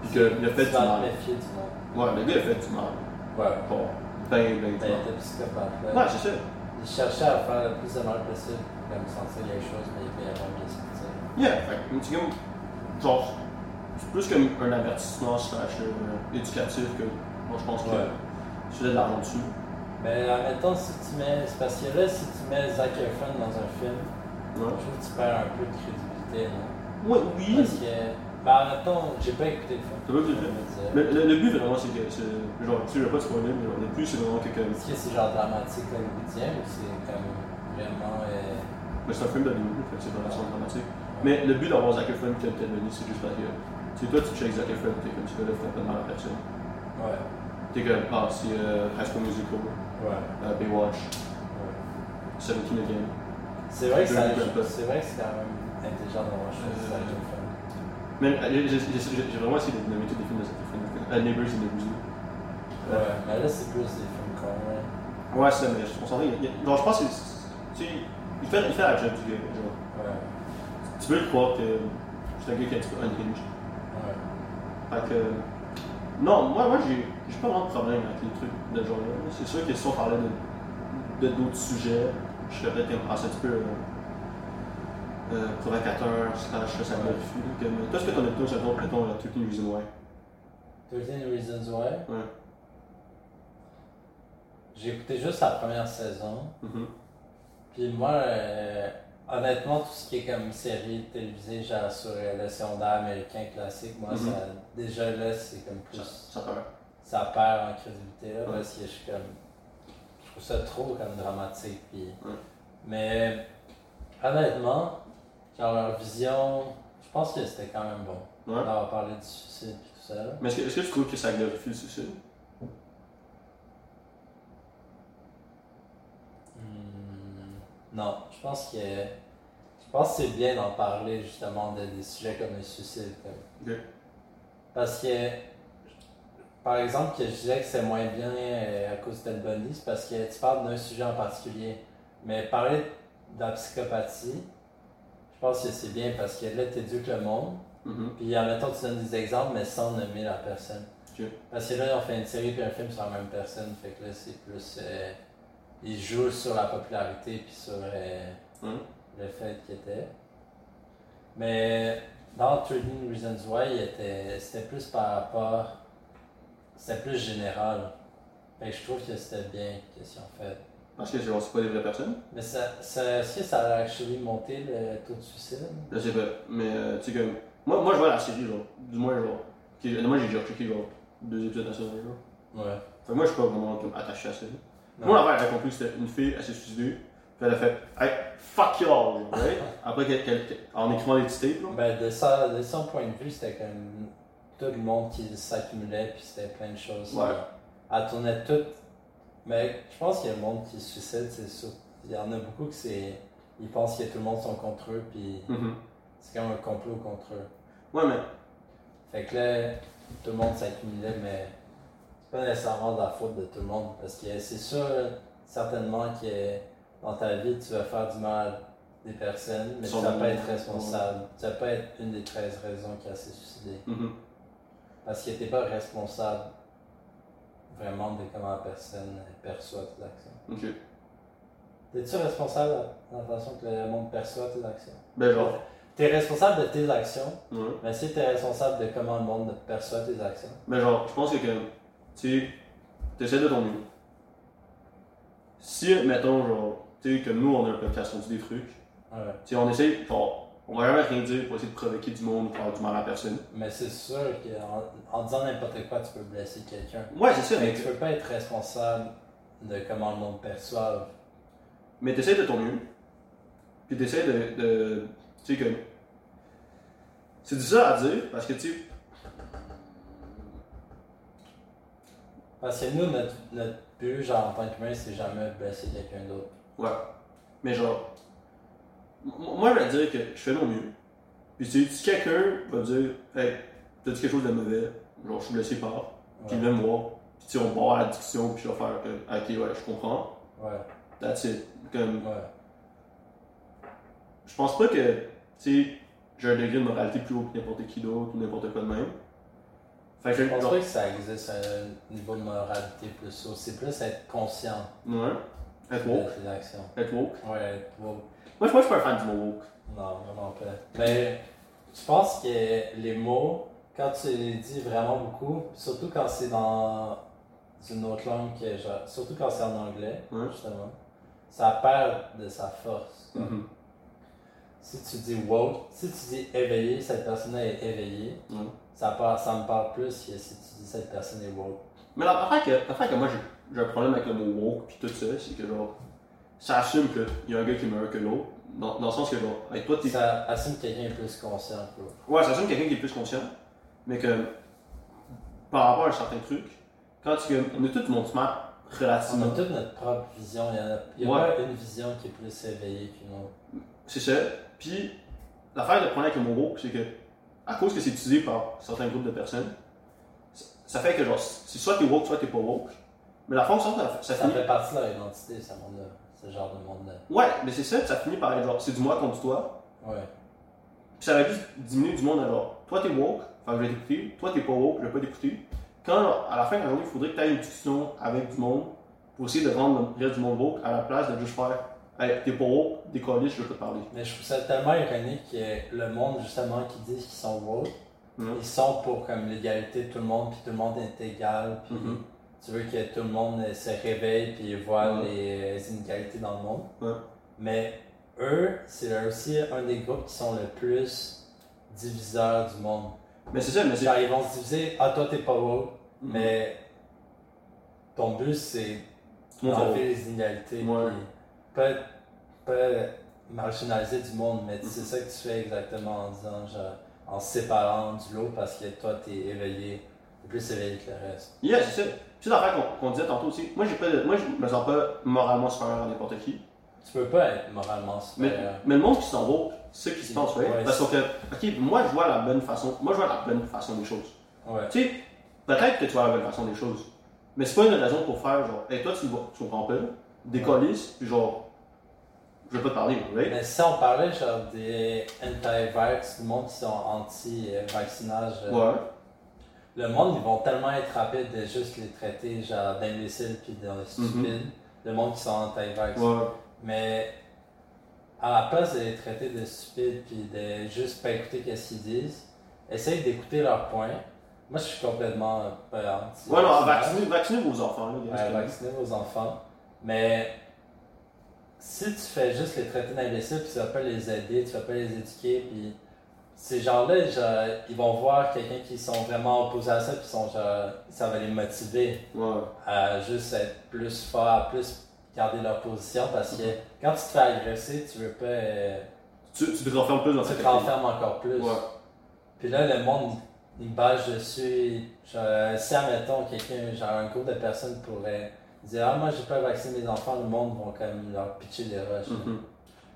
S1: Puis que le fait du
S2: Tu vas te
S1: mal.
S2: méfier du monde.
S1: Ouais, le gars a fait du mal.
S2: Ouais.
S1: Bon, ben, ben, du
S2: Il
S1: mal.
S2: était psychopathe.
S1: Ouais,
S2: là.
S1: c'est ça.
S2: Ben, Il cherchait à faire le plus de mal possible, comme sentir les choses, mais il était avant de les sentir.
S1: Yeah, fait que, tu sais, comme, genre, c'est plus comme un avertissement slash euh, éducatif que, moi, je pense que
S2: Ouais.
S1: tu fais de l'argent dessus.
S2: Mais en même temps, Ben, si tu mets. C'est parce que là, si tu mets Zac Efron dans un film, je
S1: Ouais.
S2: trouve que tu perds un peu de crédibilité. non?
S1: Ouais, oui.
S2: Parce que. Ben, en même temps, j'ai pas écouté le film.
S1: T'as pas écouté le
S2: je
S1: film?
S2: veux
S1: Mais
S2: dire.
S1: le, le but, vraiment, c'est que, c'est, genre, tu sais, je vais pas te spoiler, mais genre, le but, c'est vraiment que, comme,
S2: Est-ce que c'est genre dramatique hollywoodien ou c'est comme vraiment. euh,
S1: mais c'est un film d'Hollywood, fait que c'est vraiment dramatique. Mais le but d'avoir Zac Efron qui a le Benny, c'est juste parce que, tu sais, toi, tu checkes Zac Efron, t'es comme, tu fais le complètement la personne.
S2: Ouais.
S1: T'es comme, ah, c'est euh, High School Musical,
S2: Ouais.
S1: euh, Baywatch,
S2: ouais.
S1: 17 Again.
S2: C'est vrai
S1: Je
S2: que
S1: le
S2: ça-
S1: connais pas.
S2: c'est vrai que c'est quand même intelligent d'avoir
S1: Euh,
S2: choisi Zac Efron.
S1: Même, euh, j'ai- j'ai j'ai- j'ai vraiment essayé de nommer tous les films de cette film. Euh, Neighbors et Neighbors.
S2: Ouais, mais là c'est plus des films cons,
S1: Uh, Ouais, ouais c'est ça, mais on s'en il y a- Genre, je pense que c'est. Tu sais, il fait, il fait la job du gars. Genre.
S2: ouais. Ouais.
S1: Tu peux le croire que c'est un gars qui est un petit peu unhinged.
S2: Ouais.
S1: Fait que. Non, moi, moi j'ai j'ai pas vraiment de problème avec les trucs de ce genre-là. C'est sûr que si on parlait de de- d'autres sujets, je serais peut-être un ah, c'est un petit peu. euh, euh, pour à 4 heures, slash, ça modifie. là, Comme, toi, ce que t'en as plutôt, c'est mettons, mettons, la Turkey Reason Why.
S2: 13 Reasons Why.
S1: Ouais.
S2: J'ai écouté juste la première saison.
S1: Mhm.
S2: Puis moi, euh, honnêtement, tout ce qui est comme série télévisée, genre sur euh, le secondaire américain classique, moi,
S1: Mhm.
S2: ça, déjà là, c'est comme plus.
S1: Ça, ça peur.
S2: ça perd en crédibilité là,
S1: Ouais.
S2: parce que je suis comme. Je trouve ça trop comme dramatique. Puis...
S1: Ouais.
S2: Mais honnêtement, genre leur vision, je pense que c'était quand même bon.
S1: Ouais.
S2: Là, on parlait du suicide et tout ça. là.
S1: Mais est-ce que, est-ce que tu trouves que ça glorifie le suicide?
S2: Hmm, Non, je pense que. Je pense que c'est bien d'en parler justement de des sujets comme le suicide. comme-
S1: Ok.
S2: Parce que, par exemple, que je disais que c'est moins bien euh, à cause de Bundy, c'est parce que tu parles d'un sujet en particulier. Mais parler de la psychopathie, je pense que c'est bien parce que là, tu éduques le monde.
S1: Mhm.
S2: Puis, admettons, tu donnes des exemples, mais sans nommer la personne.
S1: Ok.
S2: Parce que là, ils ont fait une série puis un film sur la même personne. Fait que là, c'est plus. euh, ils jouent sur la popularité puis sur euh,
S1: Ouais.
S2: le fait qu'il était. Mais dans 13 Reasons Why, il était- c'était plus par rapport. C'était plus général. Fait que je trouve que c'était bien qu'est-ce qu'ils ont fait.
S1: Parce que genre, c'est pas des vraies personnes?
S2: Mais ça, ça, est-ce que ça a actually monté le taux de suicide?
S1: Je sais pas, mais euh, tu sais comme. Moi, moi, je vois la série, genre. Du moins, genre. qui- moi, j'ai déjà checké, genre, deux épisodes de la saison, genre.
S2: Ouais.
S1: Fait que moi, je suis pas vraiment comme, attaché à la série.
S2: Non.
S1: Moi, l'affaire, elle a compris que c'était une fille, elle s'est suicidée. Puis elle a fait, hey, fuck y'all, genre, right? Après, qu'elle, qu'elle- qu'elle- en écrivant des petits tapes, là.
S2: Ben, de, ça, de son point de vue, c'était comme tout le monde qui s'accumulait, puis c'était plein de choses.
S1: Ouais.
S2: Elle tournait tout. Mais je pense qu'il y a le monde qui se suicide, c'est sûr. Il y en a beaucoup que c'est. Ils pensent que tout le monde sont contre eux, puis
S1: Mhm.
S2: c'est comme un complot contre eux.
S1: Ouais, mais.
S2: Fait que là, tout le monde s'accumulait, mais c'est pas nécessairement de la faute de tout le monde. Parce que c'est sûr, certainement, que dans ta vie, tu vas faire du mal à des personnes, mais tu
S1: Sans
S2: vas pas
S1: doute.
S2: être responsable. Tu vas pas être une des 13 raisons qui a s'est suicidée.
S1: mhm.
S2: Parce que t'es pas responsable vraiment de comment la personne perçoit tes actions.
S1: Ok.
S2: T'es-tu responsable de la façon que le monde perçoit tes actions?
S1: Ben, genre.
S2: T'es responsable de tes actions,
S1: Ouais.
S2: mais si t'es responsable de comment le monde perçoit tes actions,
S1: Mais Ben, genre, je pense que comme, tu sais, t'essaies de ton mieux. Si, mettons, genre, tu sais, comme nous, on a un podcast, on dit des trucs,
S2: ouais.
S1: tu sais, on essaie, genre, on va jamais rien dire pour essayer de provoquer du monde ou faire du mal à personne.
S2: Mais c'est sûr qu'en en disant n'importe quoi, tu peux blesser quelqu'un.
S1: Ouais, c'est ça,
S2: Mais
S1: mais,
S2: tu peux pas être responsable de comment le monde perçoit.
S1: mais t'essaies de ton mieux. Puis t'essaies de, de tu sais, comme, c'est difficile à dire parce que, tu sais,
S2: Parce que nous, notre, notre but, genre en tant qu'humain, c'est jamais blesser quelqu'un d'autre.
S1: Ouais. Mais genre, m- moi, je vais dire que je fais de mon mieux. Puis tu sais, si quelqu'un va dire, hey, t'as dit quelque chose de mauvais, genre, je suis blessé par, puis il
S2: Ouais.
S1: vient me voir, puis tu sais, on va avoir la discussion, puis je vais faire, comme, ah, ok, ouais, je comprends,
S2: Ouais.
S1: that's it. Comme,
S2: Ouais.
S1: je pense pas que, tu sais, j'ai un degré de moralité plus haut que n'importe qui d'autre, ou n'importe quoi de même. Fait que,
S2: Je pense
S1: genre,
S2: pas que ça existe un niveau de moralité plus haut. C'est plus être conscient
S1: ouais, être
S2: de
S1: woke,
S2: tes actions.
S1: être woke.
S2: Ouais, être woke.
S1: Moi, je moi, je suis pas un fan du mot woke.
S2: Non, vraiment pas. Mais je pense que les mots, quand tu les dis vraiment beaucoup, surtout quand c'est dans une autre langue, que genre, surtout quand c'est en anglais,
S1: Ouais.
S2: justement, ça perd de sa force.
S1: Mhm.
S2: Si tu dis woke, si tu dis éveillé, cette personne-là est éveillée,
S1: Ouais.
S2: ça, par- ça me parle plus que si tu dis cette personne est woke.
S1: Mais la- l'affaire que, l'affaire que moi j'ai- j'ai un problème avec le mot woke puis tout ça, c'est que genre, ça assume qu'il y a un gars qui est meilleur que l'autre, dans, dans le sens que genre, avec toi t'es.
S2: Ça assume que quelqu'un est plus conscient que l'autre.
S1: Ouais, ça assume quelqu'un qui est plus conscient, mais que par rapport à certains trucs, quand tu. On est tous mondialement
S2: On a
S1: relativement.
S2: toute notre propre vision, il y en a, il y a
S1: Ah, Ouais.
S2: pas une vision qui est plus éveillée qu'une autre.
S1: C'est ça. Puis, l'affaire de problème avec le mot woke, c'est que, à cause que c'est utilisé par certains groupes de personnes, ça, ça fait que genre, c'est soit t'es woke, soit t'es pas woke, mais la fonction, ça, ça
S2: Ça
S1: finit
S2: fait partie de leur identité, ce monde-là, ce genre de monde-là.
S1: Ouais, mais c'est ça, ça finit par être genre, c'est du moi contre toi.
S2: Ouais,
S1: Puis ça va juste diminuer du monde alors. Toi t'es woke, enfin je vais t'écouter. Toi t'es pas woke, je vais pas t'écouter. Quand genre, à la fin de la journée, il faudrait que tu aies une discussion avec du monde pour essayer de rendre le reste du monde woke à la place de juste faire Hey, t'es pas haut, des colis, je veux pas te parler.
S2: Mais je trouve ça tellement ironique que le monde, justement, qui dit qu'ils sont woke,
S1: Mhm.
S2: ils sont pour comme l'égalité de tout le monde, puis tout le monde est égal, puis
S1: Mhm.
S2: tu veux que tout le monde euh, se réveille, puis voit
S1: Mhm.
S2: les inégalités dans le monde.
S1: Ouais.
S2: Mais eux, c'est aussi un des groupes qui sont le plus diviseurs du monde.
S1: Mais c'est ça, mais c'est.
S2: Genre, ils vont se diviser, ah, toi, t'es pas woke,
S1: Mm-hmm.
S2: mais ton but, c'est
S1: Tout le monde est
S2: d'enlever les inégalités,
S1: Ouais.
S2: puis pas, pas marginaliser du monde, mais c'est ça que tu fais exactement en disant, genre, en se séparant du lot parce que toi, t'es éveillé, t'es plus éveillé que le reste.
S1: Yeah, c'est ça. Puis C'est l'affaire qu'on- qu'on disait tantôt aussi. Moi, j'ai pas de- moi, je me sens pas moralement supérieur à n'importe qui.
S2: Tu peux pas être moralement
S1: Mais,
S2: supérieur.
S1: mais le monde qui s'en va, c'est ceux qui se pensent, ouais.
S2: Ouais,
S1: Parce que, ok, moi, je vois la bonne façon. Moi, je vois la bonne façon des choses.
S2: Ouais.
S1: Tu sais, peut-être que tu vois la bonne façon des choses. Mais c'est pas une raison pour faire, genre, et toi, tu le vois, tu comprends pas. Des
S2: Ouais.
S1: colis, puis genre, je vais pas te parler, ouais.
S2: Mais si on parlait genre des anti-vax, du monde qui sont anti-vaccinage, euh,
S1: Ouais.
S2: le monde, ils vont tellement être rapides de juste les traiter genre d'imbéciles puis
S1: Mm-hmm.
S2: de stupides, le monde qui sont anti-vax.
S1: Ouais.
S2: Mais à la place de les traiter de stupides puis de juste pas écouter qu'est-ce qu'ils disent, essaye d'écouter leurs points. Moi, je suis complètement euh, pas anti
S1: Ouais, non, vaccinez, vaccinez vos enfants, là.
S2: Ouais,
S1: gars,
S2: vacciner vos enfants. Mais si tu fais juste les traiter d'imbéciles, puis tu vas pas les aider, tu vas pas les éduquer, puis ces gens-là, genre, ils vont voir quelqu'un qui sont vraiment opposés à ça, puis ils sont genre, ça va les motiver
S1: c'est- Ouais.
S2: à juste être plus fort, à plus garder leur position, parce que quand tu te fais agresser, tu veux pas, euh,
S1: Tu, tu te renfermes plus dans
S2: tu
S1: cette
S2: te renfermes encore plus.
S1: Ouais.
S2: Puis là, le monde, il me bâche dessus. Genre, euh, si, admettons, quelqu'un, genre un groupe de personnes pourrait dire Ah, moi, j'ai pas vacciné mes enfants, le monde va quand même leur pitcher des roches.
S1: Mhm.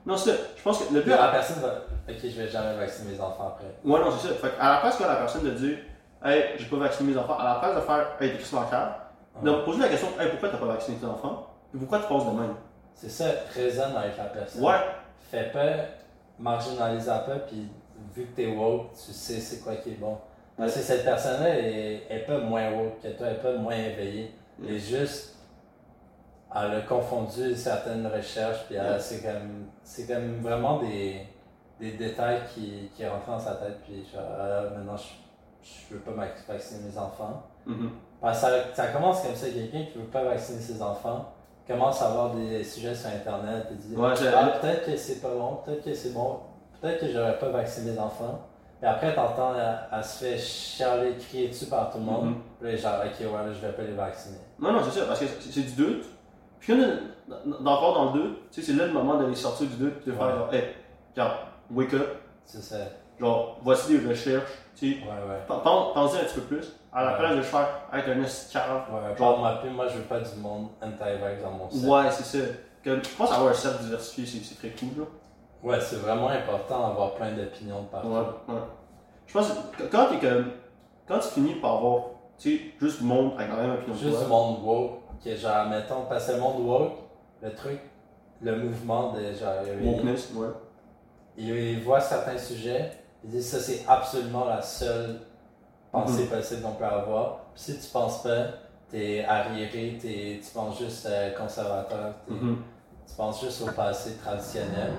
S1: Non, c'est ça. Je pense que le but,
S2: Puis là,
S1: à la
S2: la personne va Ok, je vais jamais vacciner mes enfants après.
S1: Ouais, non, c'est ça. Fait que à la place que la personne de dire, hey, j'ai pas vacciné mes enfants, à la place de faire, hey, t'es Christmas en cœur,
S2: Ouais.
S1: de me poser la question, hey, pourquoi t'as pas vacciné tes enfants? Et pourquoi tu penses de même?
S2: C'est ça, raisonne avec la personne.
S1: Ouais,
S2: Fais pas, marginalise un peu, puis vu que t'es woke, tu sais c'est quoi qui est bon. Parce que cette personne-là est, est pas moins woke que toi, elle est pas moins éveillée. Elle est juste. Elle a confondu certaines recherches, puis elle-
S1: Ouais.
S2: c'est comme. C'est comme vraiment des, des détails qui, qui rentrent dans sa tête, puis genre, Ah, maintenant je, je veux pas ma- vacciner mes enfants.
S1: Mhm.
S2: Parce que ça, ça commence comme ça, quelqu'un qui veut pas vacciner ses enfants commence à avoir des sujets sur Internet, et dit
S1: ouais, c'est-
S2: ah, peut-être que c'est pas bon, peut-être que c'est bon, peut-être que j'aurais pas vacciné mes enfants. Puis après, t'entends, elle, elle se fait charler, crier dessus par tout le monde.
S1: Mhm.
S2: Puis là, genre, ok, ouais, là, je vais pas les vacciner.
S1: Non, non, c'est ça, parce que c'est c'est du doute. Puis quand on est encore dans le doute, tu sais, c'est là le moment d'aller sortir du doute, puis de faire,
S2: Ouais.
S1: genre, hey, regarde, wake up,
S2: C'est ça. Ouais,
S1: genre, voici des recherches, tu sais,
S2: ouais.
S1: pen- pen- pensez un petit peu plus, à la
S2: Ouais.
S1: place de faire, hey, t'es un esclave. Genre-
S2: Ouais, parle-moi plus, moi, je veux pas du monde anti-vax dans mon cercle.
S1: Ouais, c'est ça. Que, je pense avoir un cercle diversifié, c'est c'est très cool, là.
S2: Ouais, c'est vraiment important d'avoir plein d'opinions de partout.
S1: Ouais, ouais. Je pense que quand t'es comme. Quand tu finis par avoir, tu sais, juste du monde avec la même opinion que
S2: Juste du
S1: toi.
S2: monde woke, que genre, mettons, parce que le monde woke, le truc, le mouvement de genre, il-
S1: Wokeness, ouais.
S2: il, il voit certains sujets, il dit ça c'est absolument la seule
S1: Mhm.
S2: pensée possible qu'on peut avoir. Puis si tu penses pas, t'es arriéré, t'es, tu penses juste euh, conservateur, t'es-
S1: Mhm.
S2: tu penses juste au passé traditionnel.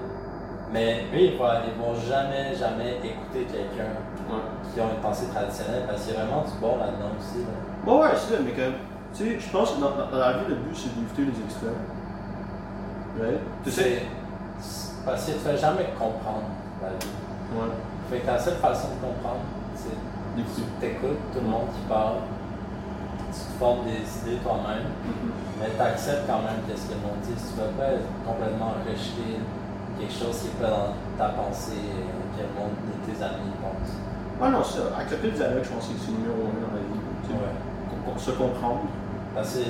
S2: Mais eux, ils vont, ils vont jamais, jamais écouter quelqu'un
S1: Ouais.
S2: qui a une pensée traditionnelle parce qu'il y a vraiment du bon là-dedans aussi. là.
S1: Ouais, ouais, c'est ça, mais comme. Tu sais, je pense que dans, dans- dans la vie, le but, c'est d'éviter les extrêmes. Ouais. Tu sais.
S2: C'est- c'est parce que tu vas jamais comprendre la vie.
S1: Ouais.
S2: Fait que la seule façon de comprendre, c'est
S1: D'éviter.
S2: t'écoutes tout le monde qui parle, tu te formes des idées toi-même,
S1: Mhm.
S2: mais t'acceptes quand même qu'est-ce que le monde dit. Tu vas pas complètement rejeter quelque chose qui est pas dans ta pensée, euh, que le monde de tes amis pensent.
S1: Ouais, non, c'est ça. Accepter le dialogue, je pense que c'est le numéro un dans la vie. Tu sais, qu'on- qu'on se comprendre.
S2: Parce que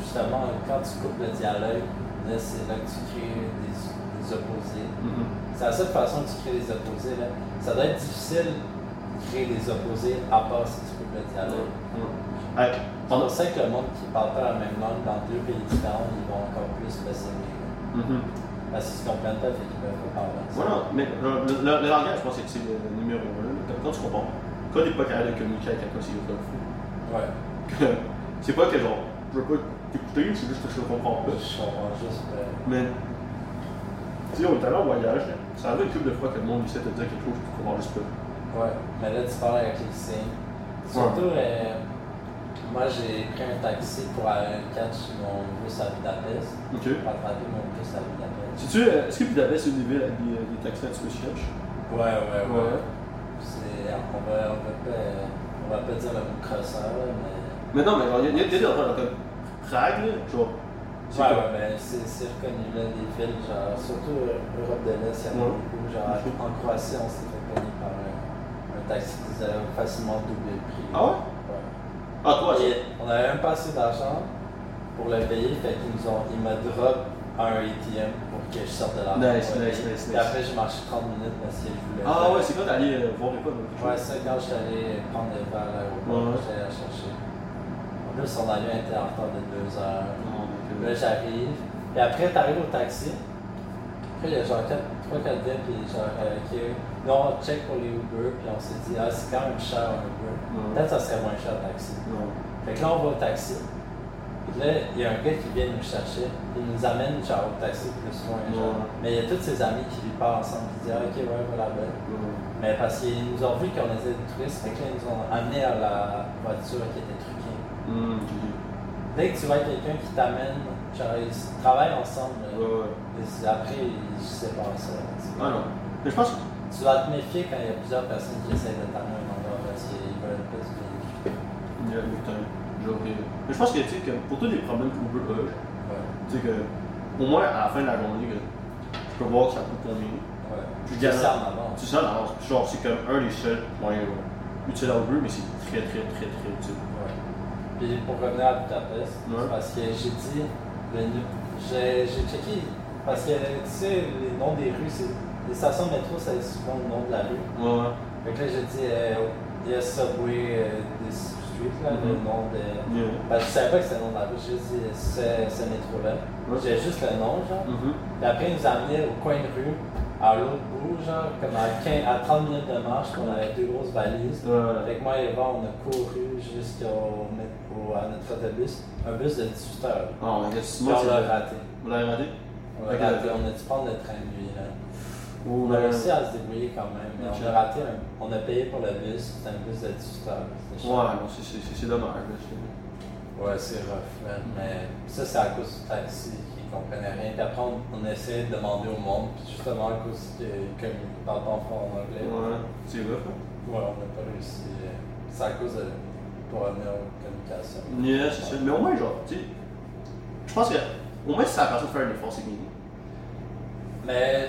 S2: justement, quand tu coupes le dialogue, là, c'est là que tu crées des, des opposés.
S1: Mhm.
S2: C'est la seule façon que tu crées des opposés. Là. Ça doit être difficile de créer des opposés à part si tu coupes le
S1: Ouais.
S2: dialogue.
S1: Ouais. Hey, pendant-
S2: On sait que le monde qui parle pas la même langue dans deux pays différents, ils vont encore plus se passer.
S1: Mhm.
S2: Parce qu'ils se comprennent pas, fait qu'ils peuvent pas parler. ensemble.
S1: Voilà, mais euh, le, le- le langage, je pense que c'est le numéro un. Quand, quand tu comprends, quand t'es pas capable de communiquer avec quelqu'un, c'est autre chose.
S2: Ouais.
S1: Que- c'est pas que genre, je veux pas t'écouter, c'est juste que je te comprends pas.
S2: Je comprends juste. euh,
S1: Mais, tu sais, on est allé en voyage, ça arrive une couple de fois que le monde essaie de te dire quelque chose que tu comprends juste pas.
S2: Ouais, mais là tu parles avec les signes. Surtout, euh, moi j'ai pris un taxi pour aller catch mon bus à Budapest,
S1: Ok.
S2: pour attraper mon bus à Budapest.
S1: Sais-tu, euh, est-ce que Budapest, c'est une ville avec des, euh, des taxis un petit peu sketch?
S2: Ouais, ouais,
S1: ouais.
S2: C'est, on, va, on, va pas, on va pas dire le mot crosseur, là, mais.
S1: Mais non, mais genre, il y a, il y a des endroits comme Prague, là, genre. c'est
S2: Ouais,
S1: comme-
S2: ouais, mais c'est, c'est reconnu là, des villes, genre, surtout euh, Europe de l'Est, il y en a
S1: Ouais.
S2: beaucoup. Genre, en Croatie, on s'est fait connaître par un, un taxi qui faisait facilement double le prix.
S1: Ah ouais?
S2: Ouais.
S1: Ah, toi,
S2: Et on avait même pas assez d'argent pour le payer, fait qu'ils nous ont, ils me drop un ATM pour que je sorte de l'argent.
S1: Nice,
S2: pour le
S1: nice,
S2: payer.
S1: nice,
S2: Et
S1: nice.
S2: après, j'ai marché 30 minutes parce que je voulais.
S1: Ah ouais, c'est quoi d'aller euh, voir les potes? ou quelque chose?
S2: Ouais, ça, quand je suis allé prendre des verres à l'aéroport,
S1: Ouais.
S2: j'allais la chercher. En plus, son avion était en retard de 2 heures.
S1: Non, mais
S2: Là,
S1: que-
S2: j'arrive. Et après, t'arrives au taxi. Après, il y a genre 3 cadets, puis genre, euh, qui. Non, on check pour les Uber, puis on s'est dit, ah, c'est quand même cher un Uber.
S1: Ouais.
S2: Peut-être que ça serait moins cher le taxi.
S1: Non.
S2: Fait que là, on va au taxi. Puis là, il y a un gars qui vient nous chercher. Il nous amène genre au taxi plus loin. Genre.
S1: Ouais.
S2: Mais il y a tous ses amis qui lui parlent ensemble. Qui disent, Ah, ok, ouais, voilà, ben.
S1: non.
S2: Mais parce qu'ils nous ont vu qu'on était des touristes. Fait que là, ils nous ont amenés à la voiture qui était truquée.
S1: Hum, ok.
S2: Dès que tu vois quelqu'un qui t'amène, genre, ils travaillent ensemble. là.
S1: Ouais, ouais.
S2: Et c'est- après, ils séparent ça. là, tu sais.
S1: Ah non. Mais je pense que.
S2: Tu dois te méfier quand il y a plusieurs personnes qui essayent de t'amener à un endroit parce qu'ils veulent pas se faire.
S1: Il y a le temps. Genre, euh, Mais je pense que, tu sais, que pour tous les problèmes euh, que Uber a,
S2: Ouais.
S1: tu sais, que au moins à la fin de la journée, que je peux voir que ça coûte combien.
S2: Ouais.
S1: Puis
S2: C'est
S1: galant.
S2: ça en avance.
S1: C'est ça, l'avance. Puis genre, c'est comme un des seuls moyens euh, utiles à Uber, mais c'est très, très, très, très utile.
S2: Ouais. Puis pour revenir à Budapest,
S1: Ouais.
S2: c'est parce que j'ai dit, le nu- j'ai j'ai checké, parce que tu sais, les noms des rues, c'est- les stations de métro, c'est souvent le nom de la rue.
S1: Ouais, ouais.
S2: Fait que là, j'ai dit, euh, il y a Subway, euh, des street, là, le
S1: Mhm.
S2: nom de.
S1: Yeah.
S2: Ben, je savais pas que c'était le nom de la rue, j'ai dit, euh, ce, ce métro-là.
S1: Ouais.
S2: J'ai juste le nom, genre.
S1: Mhm.
S2: Puis après, ils nous amenaient au coin de rue, à l'autre bout, genre, comme à, 15 à 30 minutes de marche, puis on avait deux grosses valises.
S1: Ouais.
S2: Avec moi et Eva, on a couru jusqu'au au- à notre autobus, un bus de 18 heures.
S1: Ah, mais qu'est-ce
S2: Puis
S1: que tu
S2: on
S1: c'est-
S2: l'a raté.
S1: Vous l'avez raté?
S2: On l'a
S1: Avec
S2: raté.
S1: le-
S2: On a dû prendre le train de nuit. Là.
S1: Ou
S2: On a réussi à se débrouiller quand même, mais
S1: Ok.
S2: on a raté. un- On a payé pour le bus, c'était un bus de 18 heures. C'était
S1: Ouais,
S2: chiant.
S1: non, c'est- c'est c'est- c'est dommage. là, c'est-
S2: Ouais, c'est rough, là. Mais ça, c'est à cause du taxi qui comprenait rien. Puis après, on, on essayait de demander au monde, puis justement, à cause que, comme ils parlent pas fort en anglais, ouais,
S1: Ouais, c'est rough. hein.
S2: on n'a pas réussi. euh, C'est à cause de. pour revenir aux communications.
S1: Yeah, c'est ça. Mais au moins, genre, tu sais, je pense que au moins si ça a personne de faire un effort, c'est bien.
S2: Mais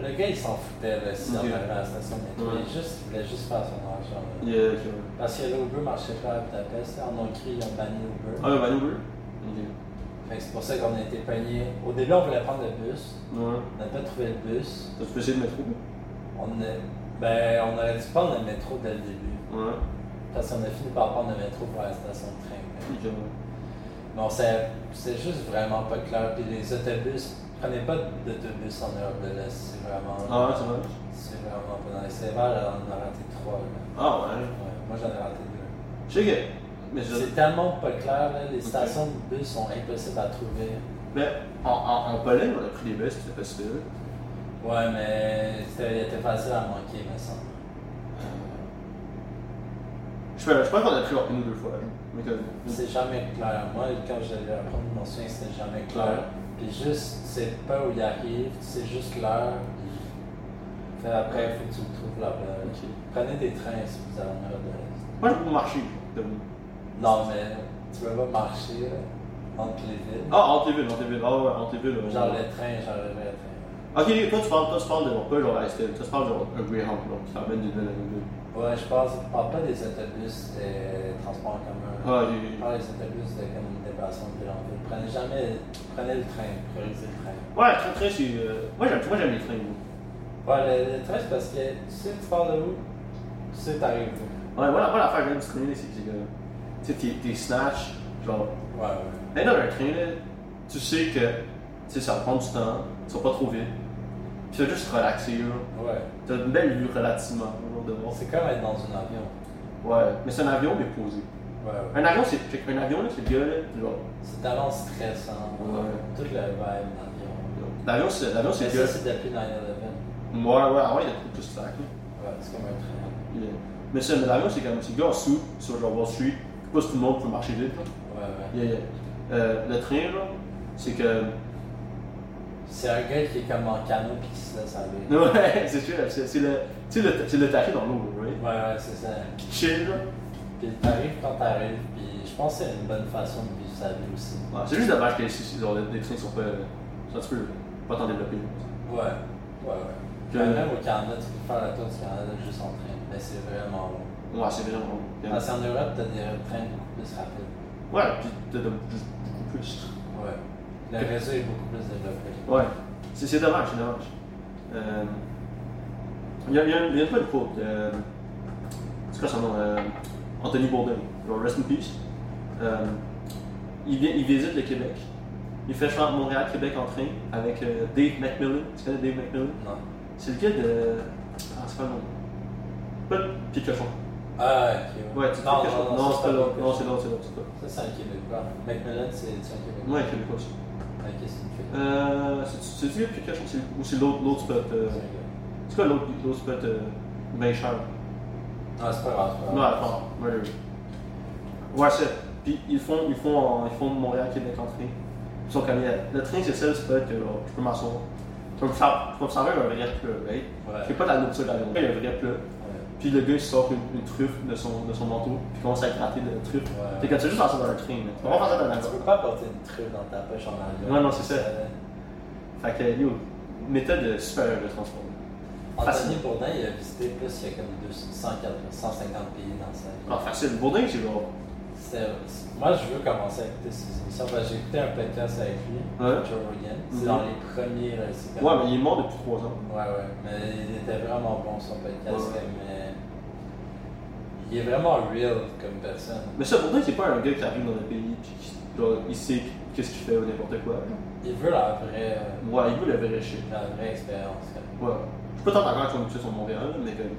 S2: le gars, il s'en foutait là, si on
S1: Ok.
S2: arrivait à la station de métro.
S1: Ouais.
S2: Il, juste, il voulait juste faire son argent. là.
S1: Yeah, ok.
S2: Parce que là, Uber marchait pas à Budapest. là. On a crié, ils ont banni Uber.
S1: Ah, le Van Uber?
S2: Fait que c'est pour ça qu'on a été peignés. Au début, on voulait prendre le bus.
S1: Ok. Ouais.
S2: On n'a pas trouvé le bus.
S1: T'as-tu fait essayer de métro?
S2: On est... Ben, on aurait dû prendre le métro dès le début.
S1: Ouais.
S2: Parce qu'on a fini par prendre le métro pour la station de train. là.
S1: Ok.
S2: Mais on savait- c'est juste vraiment pas clair. Puis les autobus, prenez pas d'autobus en Europe de l'Est. C'est vraiment.
S1: Ah, ouais, c'est vrai.
S2: C'est vraiment pas dans les sévères, là, on en a raté trois. là.
S1: Ah, ouais.
S2: Ouais, moi j'en ai raté deux.
S1: Je sais que. Mais je-
S2: C'est tellement pas clair, là, les stations de bus sont impossibles à trouver.
S1: Mais ben, en, en, en Pologne, on a pris les bus, c'était facile.
S2: Ouais, mais c'était il était facile à manquer, il me semble.
S1: Je sais pas- je pense qu'on a pris une ou deux fois. Mais comme.
S2: C'est jamais clair. Moi, quand j'allais apprendre mon soin, c'était jamais clair. Puis juste, tu sais pas où il arrive, tu sais juste l'heure. puis- Fait après, faut que tu le trouves là-bas.
S1: Ok.
S2: Prenez des trains si vous avez en Europe de l'Est.
S1: Moi, j'ai beaucoup marché. comme-
S2: Non, mais tu peux pas marcher là, entre les villes.
S1: Ah, en TV, en TV. Ah, ouais, en TV. Là,
S2: Genre le train, genre le vrai train.
S1: Ok, toi tu parles, toi tu parles de genre, pas genre la STL, toi tu parles genre un Greyhound, genre qui t'emmène d'une ville à une ville.
S2: Ouais, je pense, je parle pas des autobus des transports en commun.
S1: Ah, ok,
S2: Je
S1: ok.
S2: parle des autobus de comme déplacement de ville en ville. Prenez jamais, prenez le train, priorisez le train.
S1: Ouais, le train, train, c'est. euh, Moi j'aime moi, j'aime les trains. moi.
S2: Ouais, le, le train, c'est parce que tu sais, tu pars de où, tu sais, t'arrives où.
S1: Ouais, voilà, voilà l'affaire que j'aime du train, là, c'est que. euh, Tu sais, t'es- t'es snatch, genre.
S2: Ouais, ouais.
S1: Mais dans un train, là, tu sais que. Tu sais, ça va prendre du temps, tu vas pas trop vite. Puis tu vas juste te relaxer, là.
S2: Ouais.
S1: T'as une belle vue relativement, genre, de voir.
S2: C'est comme être dans un avion.
S1: Ouais, mais c'est un avion déposé.
S2: Ouais.
S1: Un avion, c'est check, un avion, là, c'est le gars, là, tu vois.
S2: C'est tellement stressant.
S1: Ouais.
S2: Tout le hein. vibe d'avion.
S1: L'avion, c'est l'avion, c'est
S2: Mais
S1: le
S2: ça,
S1: gars.
S2: c'est depuis 9-11.
S1: Ouais, ouais, avant, il y a tout- tout ce sac, là.
S2: Ouais, c'est comme un train.
S1: Il est- Mais ça, mais l'avion, c'est comme si le gars en dessous, sur genre Wall Street, pas si tout le monde peut marcher vite, là.
S2: Ouais, ouais.
S1: Il y a- euh, le train, là, c'est que.
S2: C'est un gars qui est comme en canot puis qui se laisse aller. Ouais,
S1: Ouais, c'est sûr, c'est c'est le. Tu sais, le, c'est le taquet dans l'eau, right?
S2: ouais, c'est ça.
S1: Puis chill, là.
S2: Puis t'arrives quand t'arrives, puis je pense que c'est une bonne façon de vivre sa vie aussi.
S1: Ouais, Ah, c'est juste dommage que les, les, les trains sont pas. euh, sont un petit peu. pas tant développés.
S2: Ouais, ouais, ouais.
S1: Que-
S2: Même au Canada, tu peux faire le tour du Canada juste en train. Mais c'est vraiment long.
S1: Ouais, c'est vraiment. long.
S2: Parce qu'en Europe, t'as des trains beaucoup plus rapides.
S1: Ouais, puis t'as de- juste beaucoup plus.
S2: Ouais. Le réseau est beaucoup plus développé.
S1: Ouais, c'est, c'est dommage, c'est dommage. Euh, Il y a, il y a, il y a une bonne quote. Euh, c'est quoi son nom euh, Anthony Bourdain. genre, Rest in peace. Euh, il, vient, il visite le Québec. Il fait je pense, Montréal-Québec en train avec euh, Dave McMillan. Tu connais Dave McMillan
S2: Non.
S1: C'est le gars de. Ah, c'est pas le nom. Pas le Pied de cochon.
S2: Ah, ok.
S1: Ouais, tu
S2: non,
S1: Pied de cochon.
S2: non, non,
S1: Non, c'est pas l'autre.
S2: Québec.
S1: Non, c'est l'autre, c'est l'autre. c'est l'autre.
S2: Ça, c'est un Québécois. Macmillan, Ah, c'est c'est un Québécois.
S1: Ouais, Québécois ça.
S2: Ok, c'est une fille.
S1: Euh, c'est- c'est-tu le Pied de cochon c'est- ou c'est l'autre l'autre spot euh,
S2: C'est un gars.
S1: C'est quoi l'autre l'autre spot euh, bien cher?
S2: Non, Ah, c'est pas grave. c'est pas
S1: Non,
S2: grave.
S1: attends, ouais, ouais, ouais. Ouais, c'est. Puis ils font, ils font, en- ils font de Montréal, Québec en train. Ils sont comme, yeah, le train, c'est ça, c'est pas que genre, je peux m'asseoir. Comme ça, comme ça, un vrai plat, right?
S2: Ouais.
S1: C'est pas de la nourriture d'avion, il y a un vrai plat.
S2: Ouais.
S1: Puis le gars, il sort une, une truffe de son, de son manteau, puis commence à gratter de la truffe.
S2: Ouais.
S1: Fait que tu as juste faire ça dans un train, là. Tu vas pas faire ça dans un
S2: Tu
S1: avion.
S2: peux pas porter une truffe dans ta poche en avion.
S1: Non, non, c'est ça.
S2: Euh,
S1: Fait que, yo, méthode super de transport.
S2: Anthony
S1: Facile.
S2: Bourdin, il a visité plus, il y a comme 250 150 pays dans sa vie.
S1: Ah, facile. Bourdin, c'est genre.
S2: C'est- c'est- Moi, je veux commencer à écouter ses émissions. parce que J'ai écouté un podcast avec lui,
S1: Ouais.
S2: Joe Rogan. C'est
S1: Mhm.
S2: dans les premiers. là, c'est comme-
S1: Ouais, mais il est mort depuis 3 ans.
S2: Ouais, ouais. Mais il était vraiment bon, son podcast.
S1: Ouais.
S2: comme, euh, Il est vraiment real comme personne.
S1: Mais ça, Bourdin, c'est pas un gars qui arrive dans un pays, puis qui, genre, il sait qu'est-ce qu'il fait ou n'importe quoi.
S2: Il veut la vraie, euh,
S1: Ouais, il veut le vrai shit.
S2: la vraie expérience. comme.
S1: Ouais. Je suis pas tant d'accord avec son épisode sur Montréal, mais comme.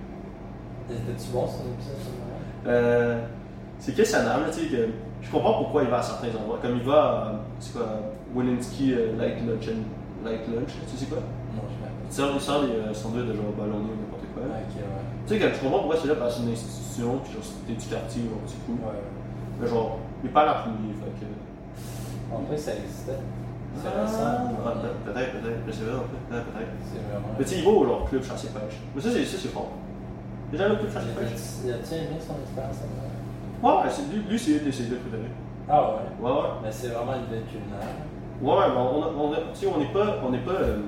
S2: Était-tu bon son épisode sur moi?
S1: Euh, c'est questionnable, là, tu sais, que je comprends pourquoi il va à certains endroits. Comme il va à, c'est quoi, Wilinski euh, Light Lunch and Light Lunch, tu sais quoi?
S2: Non, je m'appelle.
S1: Il sert, il sert des euh, sandwichs de genre ballonné ou n'importe quoi.
S2: Ok, ouais.
S1: Tu sais, comme, je comprends pourquoi c'est là parce que c'est une institution, puis genre, c'était du quartier, genre, c'est cool.
S2: ouais.
S1: Mais genre, il est pas à la première, fait que.
S2: En vrai, ça existait. C'est
S1: Ah,
S2: récent.
S1: peut- Peut-être, peut-être, je sais pas, peut-être, peut-être.
S2: C'est vraiment.
S1: Mais tu sais, il va au genre club chasse et pêche. Mais ça, c'est ça, c'est fort. Déjà, le club chasse et pêche.
S2: Il a-tu aimé son expérience en vrai?
S1: Ouais, ouais, c'est- lui, lui, c'est une de ses deux préférés.
S2: Ah ouais.
S1: Ouais, ouais.
S2: Mais c'est vraiment une ville culinaire.
S1: Ouais, ouais, mais on, a- on, a- tu sais, on n'est pas, on n'est pas euh,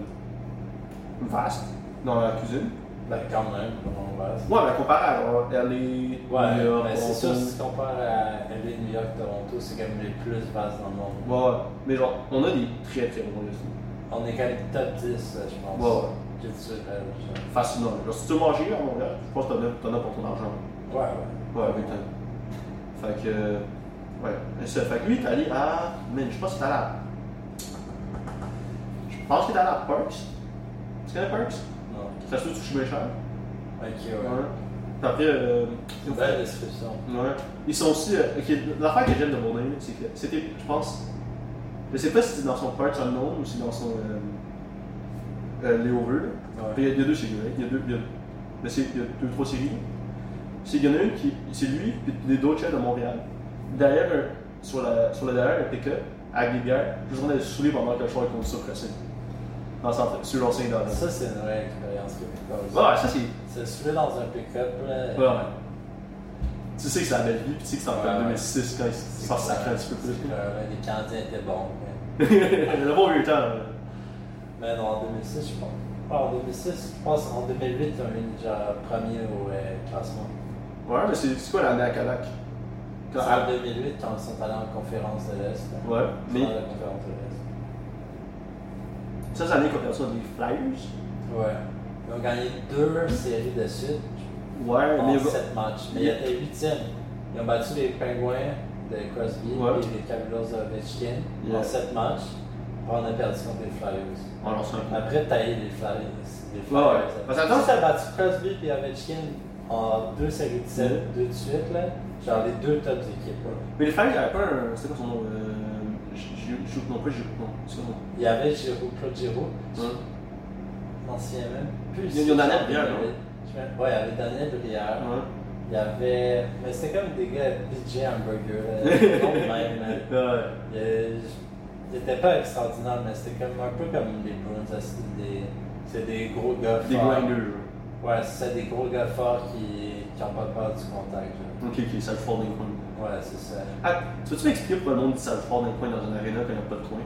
S1: vaste dans la cuisine.
S2: Ben quand même, on va.
S1: Ouais, mais comparé à genre, aller.
S2: Ouais,
S1: New York,
S2: mais c'est
S1: Toronto.
S2: sûr, si tu compares à LA, New York, Toronto, c'est quand même les plus vastes dans le monde.
S1: Ouais, ouais. Mais genre, on a des très très bons restos.
S2: On est quand même top 10, là, je pense.
S1: Ouais, ouais.
S2: Culturel, genre.
S1: Fascinant. Genre, si tu veux manger à Montréal, je pense que t'en as, t'en as pour ton argent.
S2: Ouais, ouais.
S1: Ouais, avec ta. Fait que. euh, Ouais. Et ça, fait que lui, il est allé à. Man, je pense qu'il est allé à. Je pense qu'il est allé à Parks. Tu connais Parks
S2: Non.
S1: Ça se trouve sur Chemin Cher.
S2: Ok, ouais. Ben,
S1: Puis après. Euh...
S2: C'est une belle description.
S1: Ouais. Ils sont aussi. euh, ok, L'affaire que j'aime de Bourdain, là, c'est que c'était, je pense. Je sais pas si c'est dans son Parts Unknown ou si c'est dans son. Euh, euh, Léo Veux, là. Il
S2: Ouais.
S1: y a, il y a deux séries, right? il y a deux, il y a, mais c'est- il y a deux trois séries. C'est- Il y en a une qui, c'est lui, puis les d'autres chefs de Montréal. Derrière, un- sur la, sur la derrière, un pick-up, avec des bières, juste on est saoulé pendant que le choix est contre ça pressé. Dans le centre, sur l'ancien dans
S2: Ça, c'est une vraie expérience québécoise.
S1: Ouais, ça c'est.
S2: C'est souvent dans un pick-up, là.
S1: Ouais. Tu sais que c'est la belle vie, puis tu sais que c'est en
S2: Ouais, ouais.
S1: 2006 quand il s-
S2: C'est
S1: s'en sacrait un petit peu
S2: clair. C'est
S1: plus.
S2: clair, ouais, Les Canadiens étaient bons. mais-
S1: Le bon vieux temps. là.
S2: Mais non, en 2006, je pense. Ah, en 2006, je pense en 2008, on est déjà premier au euh, classement.
S1: Ouais, mais c'est c'est quoi l'année à Calac
S2: C'est
S1: Quand-
S2: en 2008 quand ils sont allés en conférence de l'Est. là.
S1: Ouais,
S2: Ils sont
S1: mais
S2: allés à la conférence de l'Est.
S1: ça, c'est l'année qu'on perd ça des Flyers.
S2: Ouais. Ils ont gagné deux séries de suite
S1: Ouais, mais.
S2: en sept matchs. Mais ils
S1: Yeah.
S2: étaient huitièmes. Ils ont battu les Penguins de Crosby
S1: Ouais.
S2: et les Cavaliers de Ovechkin
S1: Yeah.
S2: en sept matchs. Puis on a perdu contre les Flyers.
S1: On lance Ah, un
S2: Après, t'as eu les Flyers.
S1: Ouais,
S2: Les
S1: ouais.
S2: Flyers.
S1: Parce que attends, Mm.
S2: si t'as battu Crosby et Ovechkin en deux séries de sept, deux de suite, là, Genre les deux tops d'équipe. là.
S1: Mais les familles, il n'y avait pas un. C'est quoi son nom euh, J- J- J- Non, pas J- non, c'est quoi son nom
S2: Il y avait Giroud, Claude Giroud.
S1: Hein?
S2: Je m'en souviens même plus.
S1: Il y a- il y a Daniel Brière,
S2: Il y avait- je me- Ouais, il y avait Daniel Brière. Il y avait. Mais c'était comme des gars DJ Hamburger. là. Non, même, hein. là.
S1: Ouais.
S2: Euh, Ils n'étaient pas extraordinaires, mais c'était comme un peu comme les Bruins. là, C'est des, c'est des gros gars
S1: Des
S2: forts.
S1: grinders.
S2: Ouais, c'est des gros gars forts qui n'ont pas peur du contact. genre.
S1: Ok, ok, ça le fort d'un coin.
S2: Ouais, c'est ça.
S1: Ah, tu veux-tu m'expliquer pourquoi le monde dit ça le fort d'un coin dans une arena quand il n'y a pas de coin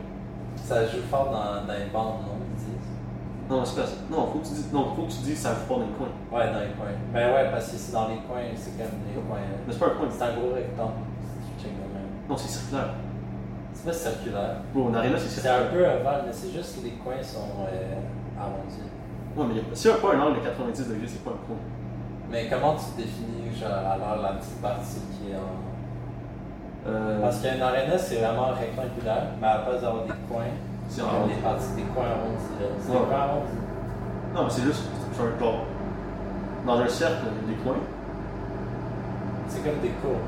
S2: Ça joue fort dans, dans les bandes, non, ils disent.
S1: Non, c'est pas ça. Non, faut que tu dises, non, faut que tu dises ça le fort d'un coin.
S2: Ouais, dans les coins. Ben ouais, parce que c'est dans les coins, c'est comme les coins.
S1: Mais c'est pas un coin.
S2: C'est un gros rectangle, si tu checkes de même.
S1: Non, c'est circulaire.
S2: C'est pas circulaire.
S1: Bro, une arena, c'est
S2: C'est un
S1: circulaire.
S2: peu ovale, mais c'est juste que les coins sont euh, arrondis.
S1: Ouais, mais y a- s'il n'y a pas un angle de 90 degrés, c'est pas un coin.
S2: Mais comment tu définis, genre, alors la petite partie qui est en.
S1: Euh,
S2: Parce qu'un aréna, Ah, c'est vraiment rectangulaire, mais à place d'avoir des coins,
S1: c'est
S2: il y
S1: en
S2: a des parties, des coins arrondis. là. C'est des
S1: Ouais.
S2: coins arrondis.
S1: Non, mais c'est juste, c'est un genre. Dans un cercle, il y a des coins,
S2: C'est comme des courbes.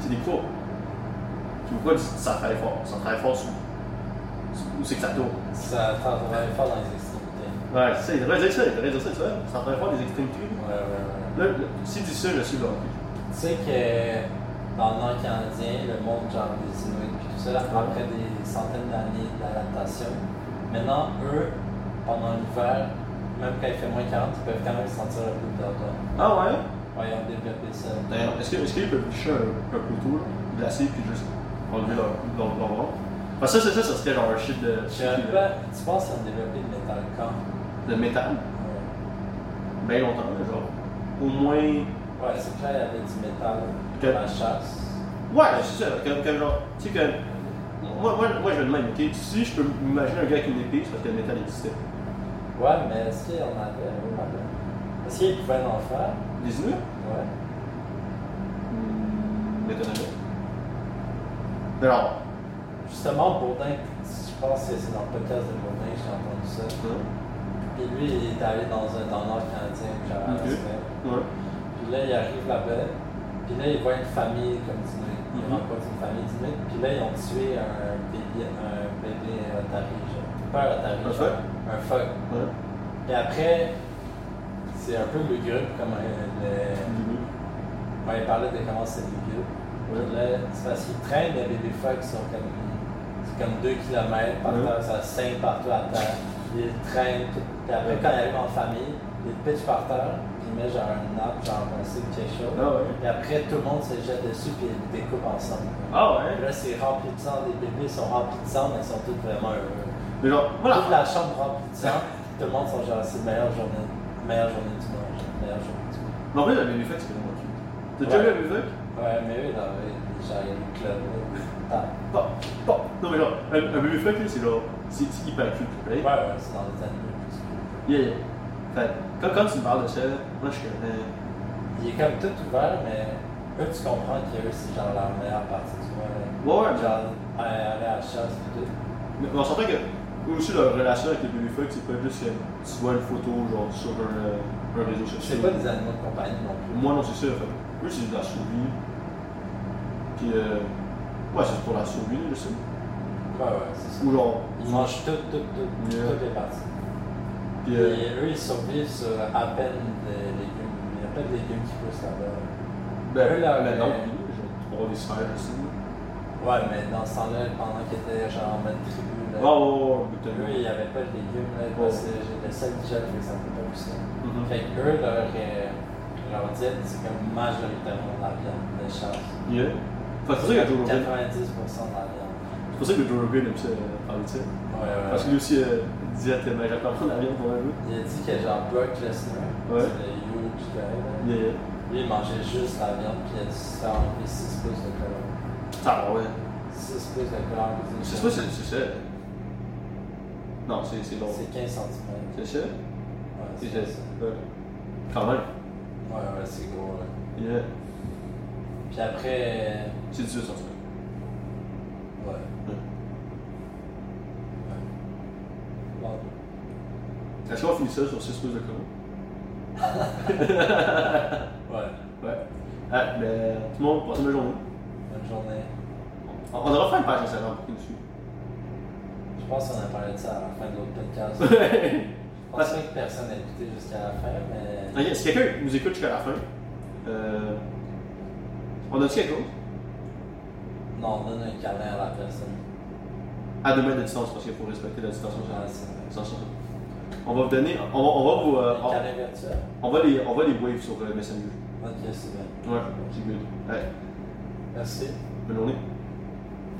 S1: c'est des courbes. Tu vois, ça travaille fort. Ça travaille fort sur. sur- Où c'est que ça tourne
S2: Ça travaille fort dans les extrémités.
S1: Ouais, c'est ça, il devrait dire ça, il devrait dire ça, tu vois. Ça travaille fort des extrémités.
S2: Ouais, ouais, ouais.
S1: Là, là, s'il dit ça, je suis bloqué.
S2: Tu sais que dans le Nord canadien, le monde, genre des Inuits puis tout ça, après des centaines d'années d'adaptation, maintenant, eux, pendant l'hiver, même quand il fait moins 40, ils peuvent quand même sentir le coup de l'automne.
S1: Ah ouais?
S2: Ouais, ils ont développé ça.
S1: D'ailleurs, est-ce que- est-ce qu'ils peuvent bûcher un, un couteau, là, glacé, puis juste enlever leur, leur, leur ventre? Parce que ça, c'est ça, ça serait genre un shit de,
S2: Je sais pas, tu penses qu'ils ont développé le métal quand?
S1: de métal,
S2: Ouais.
S1: bien longtemps, là, genre. Au moins.
S2: Ouais, c'est clair, il y avait du métal
S1: Ok.
S2: dans la chasse.
S1: Ouais, c'est ça. Comme, comme genre, tu sais, comme. Moi, moi, moi, je me demande, ok, si je peux m'imaginer un gars avec une épée, c'est parce que le métal existait.
S2: Ouais, mais est-ce qu'il y en avait Oui, il y en avait. Est-ce qu'il pouvait en faire
S1: Les Inuits
S2: Ouais.
S1: Mais t'en avais. Alors.
S2: Justement, Bourdin, je pense que c'est dans le podcast de Bourdin, j'ai entendu ça.
S1: hein?
S2: Puis lui, il est allé dans un dans le nord canadien, genre à
S1: Ok.
S2: Alaska.
S1: Ouais.
S2: Puis là, il arrive là-bas. Puis là, il voit une famille comme d'Inuit. Il
S1: Mhm.
S2: rencontre une famille d'Inuit. Puis là, ils ont tué un bébé, un bébé otarie, genre. Pas un otarie,
S1: Un
S2: genre.
S1: phoque?
S2: Un phoque.
S1: Ouais.
S2: Et après, c'est un peu lugubre comme euh,
S1: Hein
S2: le- Quand il parlait de comment c'est dégueu. Puis là, c'est parce qu'il traîne le bébé phoque sur comme, c'est comme 2 km par
S1: Ouais.
S2: terre, ça saigne partout à terre. Il traîne tout. Puis après,
S1: Ouais.
S2: quand il arrive en famille, il le pitch par terre, puis il met genre une nappe, genre un cycle, quelque chose.
S1: Ah ouais.
S2: Puis après, tout le monde se jette dessus, puis ils le découpent ensemble.
S1: Ah ouais.
S2: Puis là, c'est rempli de sang, les bébés sont remplis de sang, mais ils sont tous vraiment heureux.
S1: Mais genre, voilà.
S2: Toute la chambre remplie de sang, tout le monde sont genre, c'est la meilleure journée, meilleure journée du monde, genre, meilleure journée du monde.
S1: Mais en vrai, la bébé fuck, c'est vraiment cute. T'as déjà vu
S2: Ouais.
S1: la bébé fuck?
S2: Ouais, mais oui, non, mais genre, il y a des clubs. là.
S1: Pas, pas. Non, mais genre, un, un bébé fuck, là, c'est genre. C'est c'est hyper cute, right?
S2: Ouais, ouais, c'est dans les animaux. plus que-
S1: Yeah, yeah. Fait, quand, quand tu me parles de ça, là, moi, je suis comme. euh,
S2: Il est comme tout ouvert, mais eux, tu comprends qu'eux, c'est genre leur meilleure partie du monde. hein.
S1: Ouais, ouais, mais-
S2: Genre, ouais, aller à la chasse et tout.
S1: Mais on s'entend que eux aussi leur relation avec les baby fuck, c'est pas juste que tu vois une photo genre sur un, euh, un réseau social.
S2: C'est pas des animaux de compagnie non plus.
S1: Moi non c'est sûr. Fait. Eux c'est de la survie. Puis euh, ouais c'est pour la survie là, je sais.
S2: Ouais, ouais, c'est ça.
S1: Ou genre.
S2: Ils mangent tout, tout, tout,
S1: Yeah.
S2: toutes les parties.
S1: Puis euh,
S2: Et eux, ils survivent sur à peine des légumes. Il n'y a pas de légumes qui poussent là-bas.
S1: ben,
S2: eux, là,
S1: ben,
S2: euh,
S1: non, puis, genre, tu vas avoir des sphères aussi. là.
S2: Ouais, mais dans ce temps-là, pendant qu'ils étaient genre en mode tribu,
S1: Ah ouais,
S2: là,
S1: ouais, ouais, mais t'as
S2: eux, il n'y avait pas de légumes. Là,
S1: Oh.
S2: parce que j'ai le seul gel, fait que ça ne peut pas pousser.
S1: Mhm.
S2: Fait que eux, leur, euh, leur diète, c'est comme majoritairement de la viande de chasse.
S1: Yeah. Fait que c'est pour ça que Joe
S2: Comme 90% de
S1: Rogan.
S2: la viande.
S1: C'est pour ça que Joe Rogan aime ça euh, parler de ça.
S2: Ouais, ouais.
S1: Parce que lui aussi euh, disait que ben, j'apprends la viande pour un peu.
S2: Il a dit que genre Brock Lesnar,
S1: Ouais.
S2: c'est le huge guy, là,
S1: Yeah, yeah.
S2: lui, il mangeait juste la viande, puis il a dû se faire enlever 6 pouces de colère.
S1: Ah ouais.
S2: 6 pouces de colère,
S1: C'est ça, c'est c'est ça. Non, c'est c'est long.
S2: c'est 15 cm.
S1: C'est ça?
S2: Ouais,
S1: C'est
S2: c'est
S1: ça.
S2: ça.
S1: Ouais. Quand même.
S2: Ouais, ouais, c'est gros, là.
S1: Yeah.
S2: Puis après, euh,
S1: C'est du ça. Ouais.
S2: ouais. Bon.
S1: Est-ce qu'on finit ça sur 6 pouces de comment?
S2: Ouais.
S1: Ouais. Ah, ben, tout le monde, passe une bonne journée.
S2: Bonne journée.
S1: On, on devrait faire une page Instagram pour qui nous
S2: Je pense qu'on a parlé de ça à la fin de l'autre podcast. Je
S1: suit.
S2: pense pas que personne n'a écouté jusqu'à la fin, mais.
S1: Ok, si quelqu'un nous écoute jusqu'à la fin, euh, on a dit quelque chose.
S2: Non, donne un câlin à la personne.
S1: À demain de distance, parce qu'il faut respecter la distance
S2: Ouais,
S1: sociale.
S2: c'est vrai.
S1: Distance sociale. On va vous donner, on va, on va vous, euh,
S2: Un câlin virtuel.
S1: on, on va les, on va les wave sur euh, Messenger.
S2: Ok, c'est bien.
S1: Ouais, c'est good. Ouais,
S2: Merci.
S1: bonne journée.